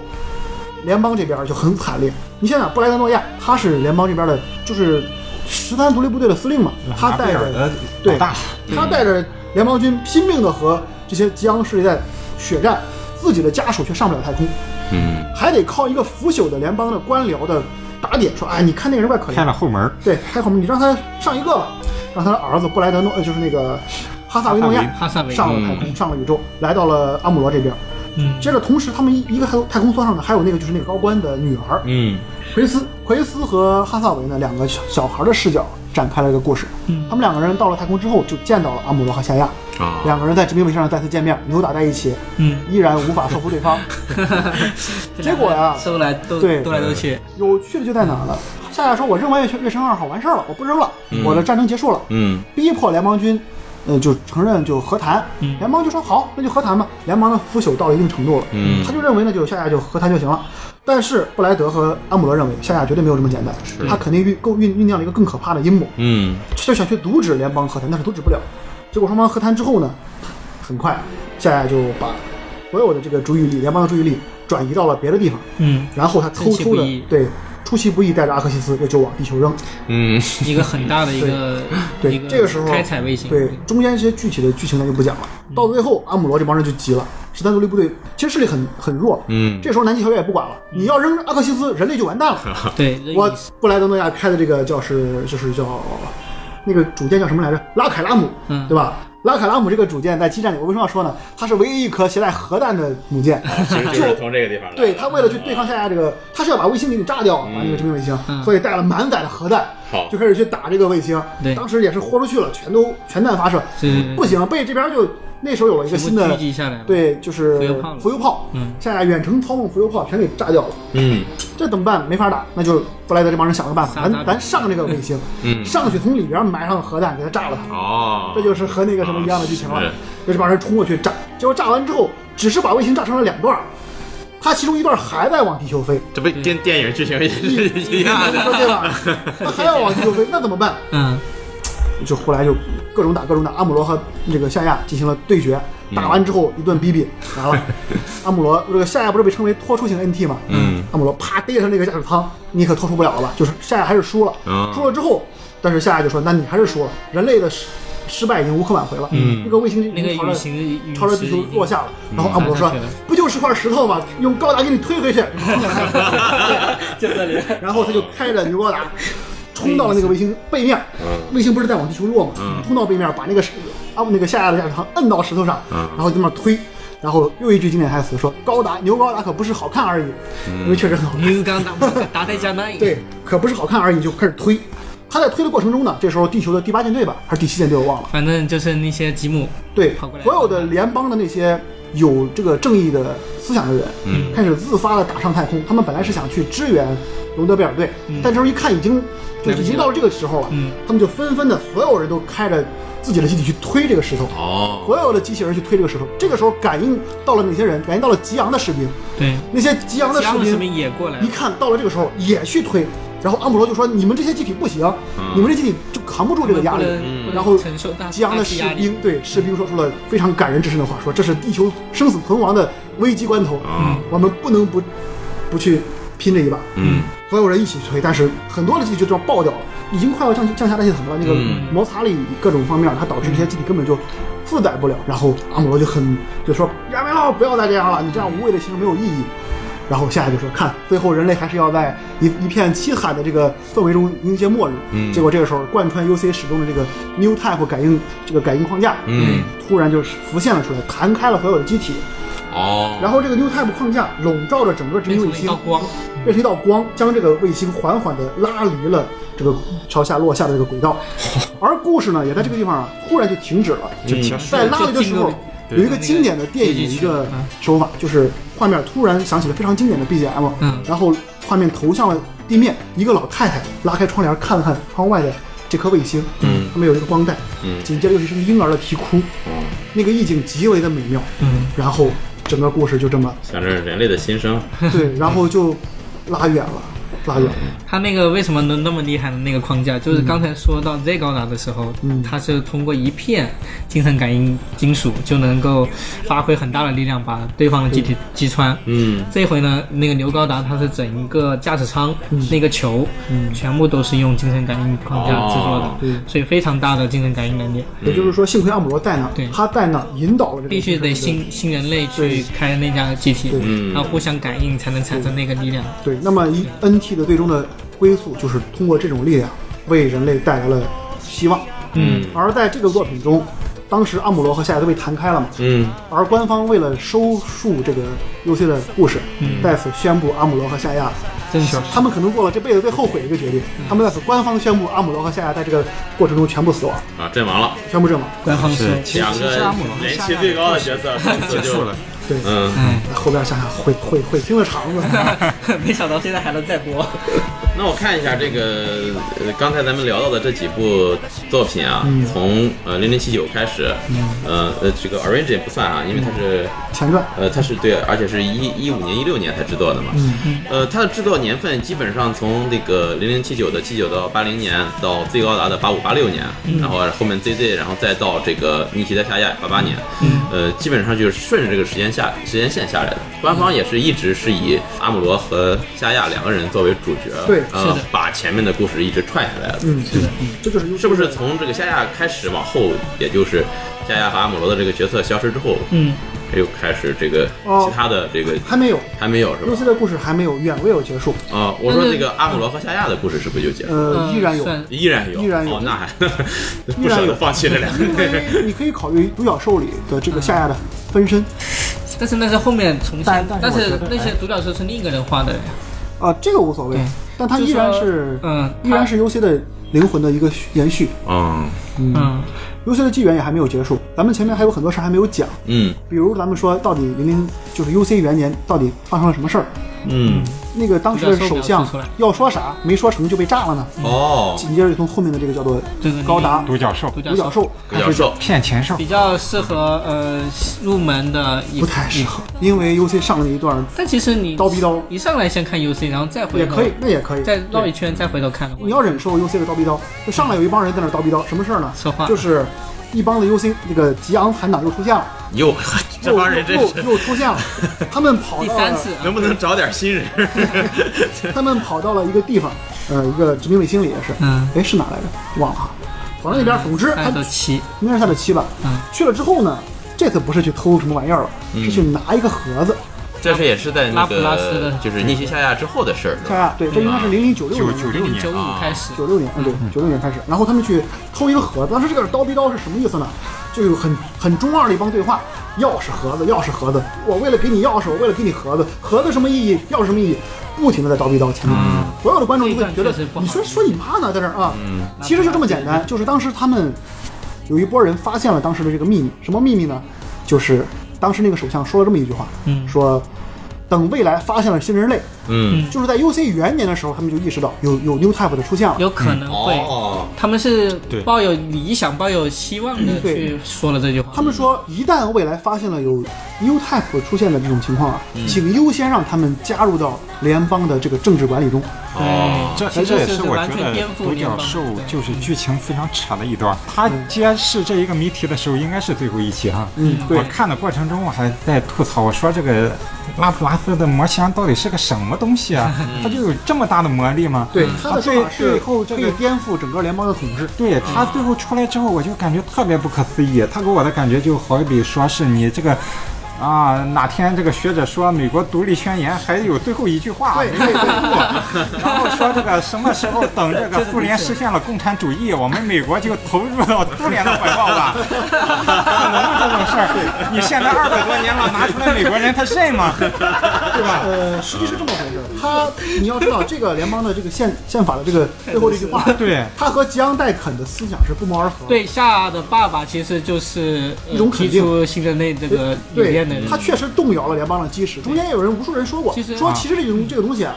联邦这边就很惨烈。你想想，布莱德诺亚他是联邦这边的，就是十三独立部队的司令嘛，他朗达带嗯贝尔着的对老大，他带着联邦军拼命的和这些吉昂势力在血战，自己的家属却上不了太空，嗯，还得靠一个腐朽的联邦的官僚的打点，说哎，你看那个人怪可开怜，了后门，对，开口你让他上一个吧，让他的儿子布莱德诺，呃就是那个哈萨维诺亚哈萨维上了太空，上了宇宙，来到了阿姆罗这边。嗯，接着，同时他们一一个太空太空梭上呢，还有那个就是那个高官的女儿，嗯，奎斯，奎斯和哈萨维呢两个小小孩的视角展开了一个故事。嗯他们两个人到了太空之后，就见到了阿姆罗和夏亚，啊，两个人在殖民问题上再次见面，扭打在一起，嗯，依然无法说服对 方。结果呀收来都对斗来斗去，有趣的就在哪儿呢？夏亚说：“我扔完月球月神二号完事儿了，我不扔了，嗯我的战争结束了。嗯，逼迫联邦军，呃，就承认就和谈。嗯联邦就说好，那就和谈吧。联邦的腐朽到了一定程度了，嗯他就认为呢，就夏亚就和谈就行了。但是布莱德和安姆罗认为，夏亚绝对没有这么简单，他肯定酝够酝酝酿了一个更可怕的阴谋，嗯，就想去阻止联邦和谈，但是阻止不了。结果双方和谈之后呢，很快夏亚就把所有的这个注意力，联邦的注意力转移到了别的地方，嗯，然后他偷出其偷不的意对出其不意带着阿克西斯就就往地球扔。嗯，一个很大的一个对 一，这个时候开采卫星，对，中间这些具体的剧情咱就不讲了。嗯到最后，阿姆罗这帮人就急了，十三独立部队其实势力很很弱。嗯这时候南极条约也不管了，嗯你要扔阿克西斯，人类就完蛋了。嗯对，任意我布莱德诺亚开的这个叫是就是叫那个主舰叫什么来着？拉凯拉姆，嗯对吧？拉凯拉姆这个主舰在激战里，我为什么要说呢？它是唯一一颗携带核弹的母舰，其实就是从这个地方来的，对他为了去对抗夏亚这个，他是要把卫星给你炸掉，把那个殖民卫星，嗯所以带了满载的核弹，好就开始去打这个卫星。对当时也是豁出去了，全都全弹发射是，不行，被这边就那时候有了一个新全部的狙击下来了，对，就是浮游炮了浮游炮，嗯夏亚远程操控浮游炮全给炸掉了。嗯这怎么办？没法打，那就布莱德这帮人想个办法，撒咱大咱上这个卫星，嗯，上去从里边埋上核弹，给它炸了它。哦，这就是和那个什么一样的剧情啊了，就这帮人冲过去炸，结果炸完之后，只是把卫星炸成了两段儿，它其中一段还在往地球飞，这不跟电影剧情也是一样你说的，对 吧？那还要往地球飞，那怎么办？嗯，就后来就各种打各种打，阿姆罗和这个夏亚进行了对决，嗯打完之后一顿逼逼完 了，阿姆罗这个夏亚不是被称为脱出型 NT 嘛？嗯，阿姆罗啪逮上那个驾驶舱，你可脱出不了了吧？就是夏亚还是输了，嗯输了之后，但是夏亚就说，那你还是输了，人类的失失败已经无可挽回了，嗯，那个卫星已那个经朝着陨行陨朝着地石球已经 落下了，然后阿姆罗说嗯，不就是块石头吗？用高达给你推回去， 就这里， 然后他就开着牛高达冲到了那个卫星背面，嗯卫星不是在往地球落吗？冲到背面，把那个石啊那个下压的驾驶舱摁到石头上，嗯然后就那么推。然后又一句经典台词说：“高达牛高达可不是好看而已，因为确实很好看。你是刚打打在加奈，对，可不是好看而已，就开始推。他在推的过程中呢，这时候地球的第八舰队吧，还是第七舰队，我忘了。反正就是那些吉姆，对跑过，来所有的联邦的那些有这个正义的思想的人，嗯开始自发的打上太空。他们本来是想去支援隆德贝尔队，但这时候一看已经就嗯来是不及已经到了这个时候了，嗯他们就纷纷的所有人都开着自己的机体去推这个石头。哦，所有的机器人去推这个石头，这个时候感应到了哪些人？感应到了吉昂的士兵，对，那些吉昂的吉士昂的士兵兵也过来一了，看到了这个时候也去推，然后阿姆罗就说：“你们这些机体不行，你们这机体就扛不住这个压力。”嗯然后承受大激昂的士兵，对士兵说出了非常感人至深的话，说这是地球生死存亡的危机关头，嗯我们不能不不去拼这一把。嗯所有人一起推，但是很多的机体就这样爆掉了，已经快要降降下代谢层了。那个嗯摩擦力各种方面，它导致这些机体根本就负载不了。然后阿姆罗就很就说：“亚梅洛，不要再这样了，你这样无谓的牺牲没有意义。”然后下一个说：“看，最后人类还是要在一一片凄惨的这个氛围中迎接末日。”嗯结果这个时候贯穿 UC 始终的这个 New Type 感应这个感应框架，嗯，突然就浮现了出来，弹开了所有的机体。哦，然后这个 New Type 框架笼罩着整个殖变民卫成了一星道，光，变成一道光，将这个卫星缓缓地拉离了这个朝下落下的这个轨 道。而故事呢，也在这个地方啊，忽然就停止了。就嗯结束在了。拉离的时候，对有一个经典的电影一个手法，就是画面突然响起了非常经典的 BGM，嗯然后画面投向了地面，一个老太太拉开窗帘看了看窗外的这颗卫星，嗯他们有一个光带，嗯紧接着又是一声婴儿的啼哭，哦，那个意境极为的美妙，嗯，然后整个故事就这么象征人类的新生，对，然后就拉远了。拉远了。他那个为什么能那么厉害的那个框架，就是刚才说到 Z 高达的时候，嗯它是通过一片精神感应金属就能够发挥很大的力量，把对方的机体击穿。嗯，这回呢，那个牛高达它是整一个驾驶舱、嗯那个球，全部都是用精神感应框架制作的，哦对所以非常大的精神感应能力，也就是说，幸亏阿姆罗在那儿对，他在那儿引导了这个必须得新。新新人类去开那架机体对，嗯然后互相感应才能产生那个力量。对，那么一 NT 的最终的归宿就是通过这种力量为人类带来了希望。嗯而在这个作品中，当时阿姆罗和夏亚都被弹开了嘛，嗯而官方为了收束这个 UC 的故事，嗯在此宣布阿姆罗和夏亚，真是他们可能做了这辈子最后悔的一个决定，嗯他们在此官方宣布阿姆罗和夏亚在这个过程中全部死亡，啊，阵亡了，全部阵亡。官方说，其实两其实个阿姆罗和人夏气亚最高的角色从此 结束就了，对，嗯。哎，后边想想悔悔悔青了肠子。 没想到现在还能再播。那我看一下这个，呃，刚才咱们聊到的这几部作品啊，嗯从呃零零七九开始，呃呃，这个 Orange 也不算啊，因为它是前传，呃，它是对，而且是一一五年、一六年才制作的嘛。嗯嗯。呃，它的制作年份基本上从那个零零七九的七九到八零年，到最高达的八五八六年，然后后面 ZZ，然后再到这个逆袭的夏亚八八年。嗯。呃，基本上就是顺着这个时间下时间线下来的。官方也是一直是以阿姆罗和夏亚两个人作为主角，对呃是的，把前面的故事一直串下来了。嗯，是的，这就是 UC 是不是从这个夏亚开始往后，也就是夏亚和阿姆罗的这个角色消失之后，嗯，又开始这个哦其他的这个还没嗯有还没有是吧 UC？的故事还没有远未有结束，啊，我嗯说这个阿姆罗和夏亚的故事是不是就结束？呃，依然有。算依然有，依然有哦，那还 不舍得放弃这两个因 人。为你可以考虑独角兽里的这个夏亚的分身但是那是后面重新，但但但是我觉是得哎那些独角兽是另一个人画的呀，啊、这个无所谓对，但它依然是就说嗯依然是 UC 的灵魂的一个延续嗯嗯， ，UC 的纪元也还没有结束，咱们前面还有很多事儿还没有讲，嗯比如咱们说到底零零就是 UC 元年到底发生了什么事儿，嗯，那个当时的首独角兽相表示出来要说啥没说成就被炸了呢，哦，紧接着就从后面的这个叫做对对对高达独角兽独独角角兽兽独开角始讲，兽，骗钱兽比，较适合呃入门的一不太适合，因为 UC 上了一段但其实你刀逼刀一上来先看 UC，然后再回也头可以，那也可以，再对绕一圈，再回头看的话你要忍受 UC 的刀逼刀，就上来有一帮人在那儿刀逼刀，什么事儿呢？策划就是一帮的 UC 那个吉昂残党又出现了，哟， 这又帮人真又是，又出 现了，他们跑第到三了，次啊能不能找点新人？他们跑到了一个地方，呃，一个殖民卫星里也是，嗯哎是哪来着？忘了啊，反正那边儿，总之三他到七，应该是他的妻吧嗯，去了之后呢，这次不是去偷什么玩意儿了，是去嗯拿一个盒子，这是也是在那拉普拉斯个的就是逆袭夏亚之后的事儿，是夏吧？亚，对，这应嗯该是零零九六九年九。六年啊九五开始，九六年，嗯，对，九六年开始，然后他们去偷一个盒子，当时这个刀逼刀是什么意思呢？就有很很中二的一帮对话，钥匙盒子，钥匙盒子，我为了给你钥匙，我为了给你盒子，盒子什么意义，钥匙什么意义，不停的在刀逼刀前面，所有的观众就会觉这得一段确实不好你说说你妈呢，在这儿啊，其实就这么简单，就是当时他们有一波人发现了当时的这个秘密，什么秘密呢？就是当时那个首相说了这么一句话，嗯说等未来发现了新人类，嗯，就是在 UC 元年的时候，他们就意识到有有 New Type 的出现了。有可能会。哦，他们是对抱有理想、抱有希望的嗯对去说了这句话。他们说，一旦未来发现了有 U type 出现的这种情况啊，请优先让他们加入到联邦的这个政治管理中。哦，这其实这也是我完觉全得颠覆独联角邦兽对就是剧情非常扯的一嗯段。他揭示这一个谜题的时候，应该是最后一期哈。嗯，对我，看的过程中，我还在吐槽，我说这个拉普拉斯的魔箱到底是个什么东西啊？嗯它就有这么大的魔力吗？对，嗯他的最说法是最后这可个以颠覆整个联邦的统治。对他最后出来之后，我就感觉特别不可思议。他给我的感觉就好比说是你这个。啊，哪天这个学者说美国独立宣言还有最后一句话对没对对然后说这个什么时候等这个苏联实现了共产主义，我们美国就投入到苏联的怀抱吧？不可能这种事儿，你现在二百多年了，拿出来美国人他认吗？对吧？呃，实际是这么回事儿。他，你要知道，这个联邦的这个宪宪法的这个最后这句 话，对他和吉昂戴肯的思想是不谋而合。对夏的爸爸其实就是、呃一种肯提定出新人类这个理对念的人他。确实动摇了联邦的基石。中间也有人，无数人说过其，实说啊其实这种这个东西啊，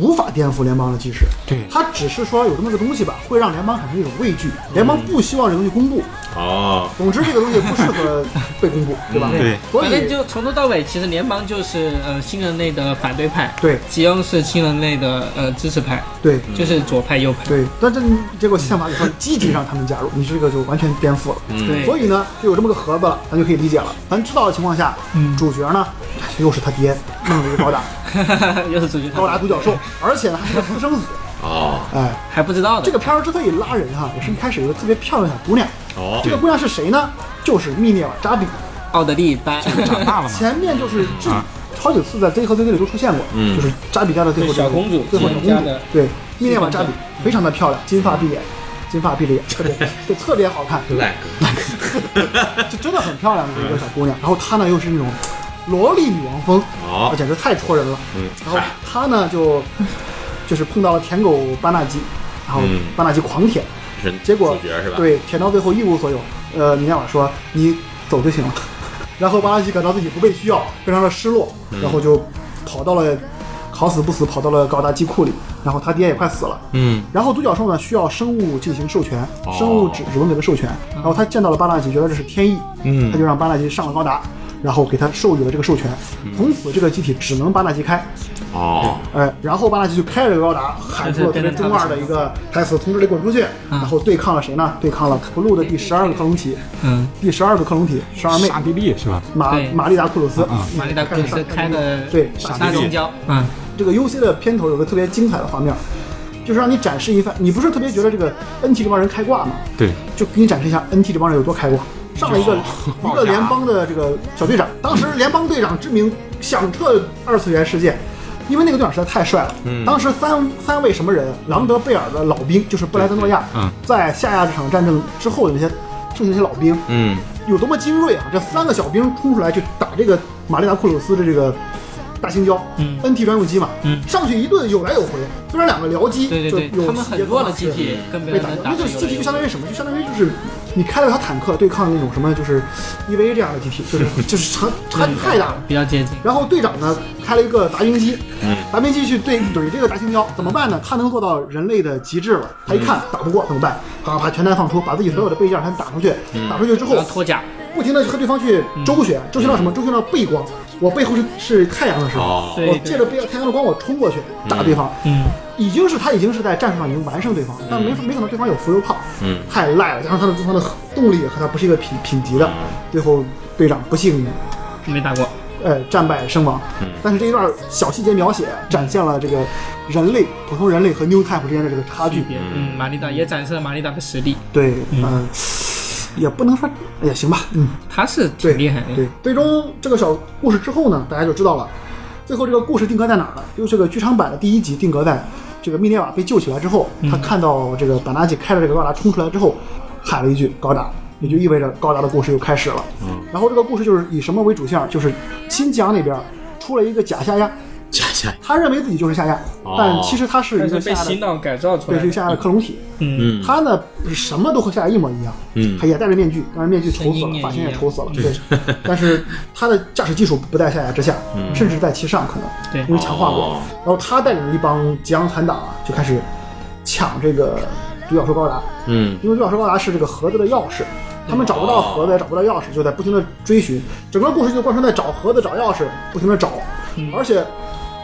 无法颠覆联邦的基石。对他只是说有这么个东西吧，会让联邦产生一种畏惧，联邦不希望这个东西公布，哦，总之，这个东西不适合被公 布，对吧？对所反正以就从头到尾，其实联邦就是呃新人类的反对派，对嗯吉翁是新人类的呃支持派，对就是左派右派。 对，但这结果宪法也说积极让他们加入，你这个就完全颠覆了。嗯对所以呢，就有这么个盒子了，咱就可以理解了。咱知道的情况下，嗯主角呢哎又是他爹，弄了一个高达，又是主角高达独角 兽，而且呢还是个私生子。哦，哎，还不知道的。这个片儿之所以拉人哈、也是一开始有一个特别漂亮的小姑娘，哦，这个姑娘是谁呢？就是密涅瓦扎比。啊奥地利班， 长大了嘛，前面就是这啊好几次在 Z 和 ZZ 里都出现过，嗯就是扎比家的最后对小公主最后小自己公家主的，对，密涅瓦扎比非常的漂亮，金发碧眼，金发碧眼，特别 对特别好看，赖，就真的很漂亮的一个小姑娘。然后她呢又是那种萝莉女王风，哦啊，简直太戳人了。嗯，然后她呢就就是碰到了舔狗巴纳基，然后嗯巴纳基狂舔，是结果主角是吧？，对，舔到最后一无所有。呃，米亚瓦说你走就行了。 然后巴拉西感到自己不被需要，非常的失落，嗯然后就跑到了好死不死跑到了高达机库里，然后他爹也快死了。嗯，然后独角兽呢需要生物进行授权，哦生物只只能给他授权。然后他见到了巴纳吉，觉得这是天意，嗯他就让巴纳吉上了高达，然后给他授予了这个授权。嗯从此这个机体只能巴纳吉开，哦，哎，然后巴纳吉就开着高达，喊出了特别中二的一个台词：“从这里滚出去！”然后对抗了谁呢？对抗了克鲁的第十二个克隆体，嗯，第十二个克隆体十二妹沙比利是吧？玛对啊玛丽达库鲁斯。玛丽达克里斯开的对沙中胶，嗯，这个 UC 的片头有个特别精彩的画面，就是让你展示一番。你不是特别觉得这个 NT 这帮人开挂吗？对，就给你展示一下 NT 这帮人有多开挂。上了一个爆一炸个联邦的这个小队长，当时联邦队长之名响彻二次元世界，因为那个队长实在太帅了。嗯当时三三位什么人，朗德贝尔的老兵，就是布莱德诺亚，嗯在夏亚这场战争之后的那些剩下那些老兵，嗯，有多么精锐啊！这三个小兵冲出来去打这个玛丽达库鲁斯的这个大青椒，嗯，NT 专用机嘛，嗯上去一顿有来有回，虽然两个僚机，对对就对，有他们很弱的机体跟别被人打掉能，打那得就有是机体就相来当于什么？就相当于就是你开了条坦克对抗那种什么就是 EVA 这样的机体，就是 就是差差距太大了。比较接近。然后队长呢开了一个达兵机，嗯达兵机去对怼这个达青椒，怎么办呢？他能做到人类的极致了。他一嗯看打不过怎么办？啪啪全弹放出，把自己所有的备件全打出去，打出去之后嗯然后脱甲，不停的和对方去周旋，嗯周旋到什么？周旋到背光，我背后是是太阳的时候，哦，对我借着背太阳的光，我冲过去炸对方，嗯，已经是他已经是在战术上已经完胜对方，但没没可能对方有浮游炮，嗯太赖了，加上他的对方的动力和他不是一个品品嗯级的，最后队长不幸没打过。呃战败身亡。嗯但是这一段小细节描写展现了这个人类普通人类和 New Type 之间的这个差距，嗯，玛丽达也展示了玛丽达的实力，对，嗯，也不能说也行吧，嗯。他是对，挺厉害的。对，最终这个小故事之后呢，大家就知道了。最后这个故事定格在哪儿呢？就是这个剧场版的第一集定格在这个密涅瓦被救起来之后，他看到这个板纳吉开着这个高达冲出来之后，喊了一句“高达”，也就意味着高达的故事又开始了。然后这个故事就是以什么为主线儿？就是新疆那边儿出了一个假夏亚，下下，他认为自己就是夏亚，哦但其实他是但一是个被夏亚洗的，脑改造出对，来是一个夏亚的克隆体。嗯，嗯，他呢什么都和夏亚一模一样，嗯他也戴着面具，但是面具丑死声了音也，发型一也样丑死了，对。但是他的驾驶技术不在夏亚之下，甚至在其上可能，对因为强化过嗯哦。然后他带领一帮吉昂残党啊，就开始抢这个独角兽高达，嗯，因为独角兽高达是这个盒子的钥匙。嗯他们找不到盒子，也找不到钥匙，就在不停的追寻。整个故事就贯穿在找盒子、找钥匙，不停的找。嗯而且，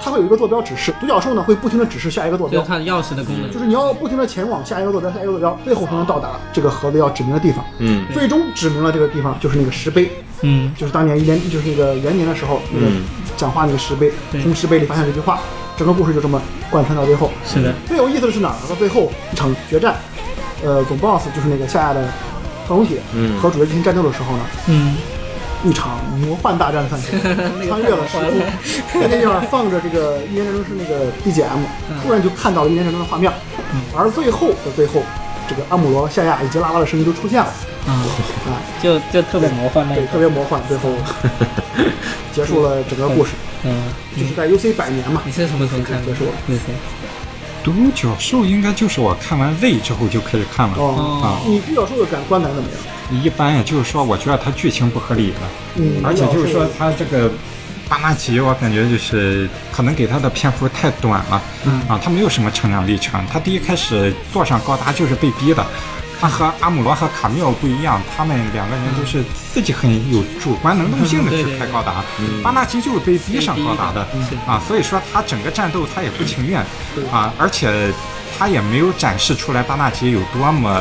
它会有一个坐标指示，独角兽呢会不停的指示下一个坐就标是。它钥匙的功能就。是你要不停的前往下一个坐标，下一个坐标，最后才能到达这个盒子要指明的地方。嗯，最终指明了这个地方就是那个石碑，嗯，就是当年一年就是那个元年的时候，那个嗯讲话那个石碑，对从石碑里发现这句话，整个故事就这么贯穿到最后。是的，最有意思的是哪儿呢？到最后一场决战，呃，总 BOSS 就是那个夏亚的克隆体，嗯和主角进行战斗的时候呢，嗯，一场魔幻大战算是，穿越了时空，在那地方放着这个《一年战争》是那个 BGM，突然就看到了《一年战争》的画面，而最后的最后，这个阿姆罗、夏亚以及拉拉的声音都出现了，啊，就就特别魔幻那对，一特别个，魔幻，最后结束了整个故事，嗯，就是在 UC 百年嘛你，是什么时候看的？结束了对对，独角兽应该就是我看完 Z 之后就开始看了。啊哦。哦，你独角兽的感观感怎么样？一般也就是说，我觉得它剧情不合理了，嗯，而且就是说它这个巴纳吉，我感觉就是可能给他的篇幅太短了，嗯啊，他没有什么成长历程，他第一开始坐上高达就是被逼的。他和阿姆罗和卡缪不一样，他们两个人都是自己很有主观能动性的去开高达。巴纳奇就是被逼上高达的啊，所以说他整个战斗他也不情愿啊，而且他也没有展示出来巴纳奇有多么。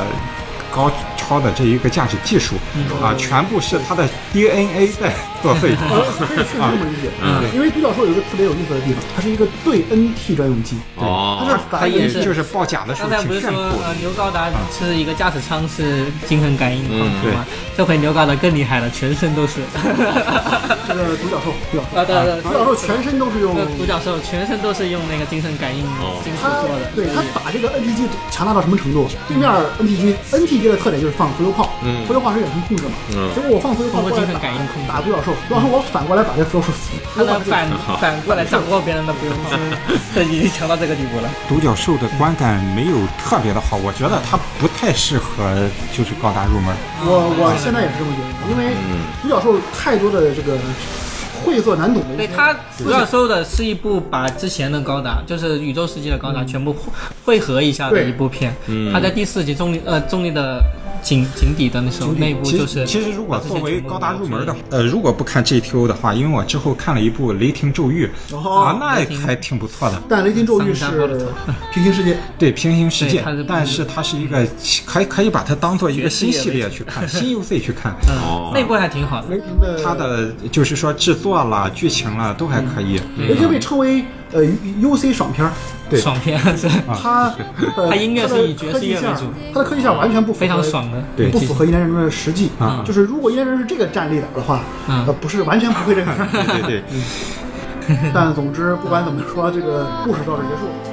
高超的这一个驾驶技术嗯啊，全部是他的 DNA 在作祟呃，嗯 可以去这么理解，因为独角兽有一个特别有意思的地方，它是一个对 NT 专用机，它是哦，反也应是就是报假的时刚候才不是挺炫说酷呃的。牛高达是一个驾驶舱是精神感应的嗯吗？这回牛高达更厉害了，全身都是。啊这个独角兽，独角兽，对对独角兽全身呃都是用这独角兽全身都是用那个精神感应金属它做的，对它把这个 NT 机强大到什么程度？对面 NT 机 NT 机的特点就是放浮游炮，嗯浮游炮是远程控制嘛，嗯结果我放浮游炮通过过来精打神感应控制嗯打独角兽，独角兽我反过来把这浮游兽它能反反过来掌握别人的不用炮，这已经强到这个地步了。独角兽的观感没有特别的好，我觉得它不太适合就是高达入门。我我嗯现在也是这么觉得，因为嗯独角兽太多的这个晦涩难懂的一些对它主要说的是一部把之前的高达，就是宇宙世纪的高嗯达全部汇汇合一下的一部片。它在第四集中立呃中立的井井底的那时候那一部其就实是其实如果作为高达入门的，呃，如果不看 GTO 的话，因为我之后看了一部《雷霆咒语》，哦啊，那还挺不错的。但雷霆咒语是三个山坡的平行世界，对平行世对界它是，但是它是一个可以可以把它当做一个新系爵士列乐去看，新 UC 去看。哦那部还挺好的。雷霆的它的就是说制作了、剧情了都还可以。嗯雷霆被称为呃 U C 爽片儿，对爽片 是它呃它音乐是以爵士乐为主，它的科技线完全不符合非常爽的，对不符合一代人的实际啊就是如果一代人是这个战力的话，嗯呃，不是完 全不会这个。对对对。但总之，不管怎么说，这个故事到这儿结束。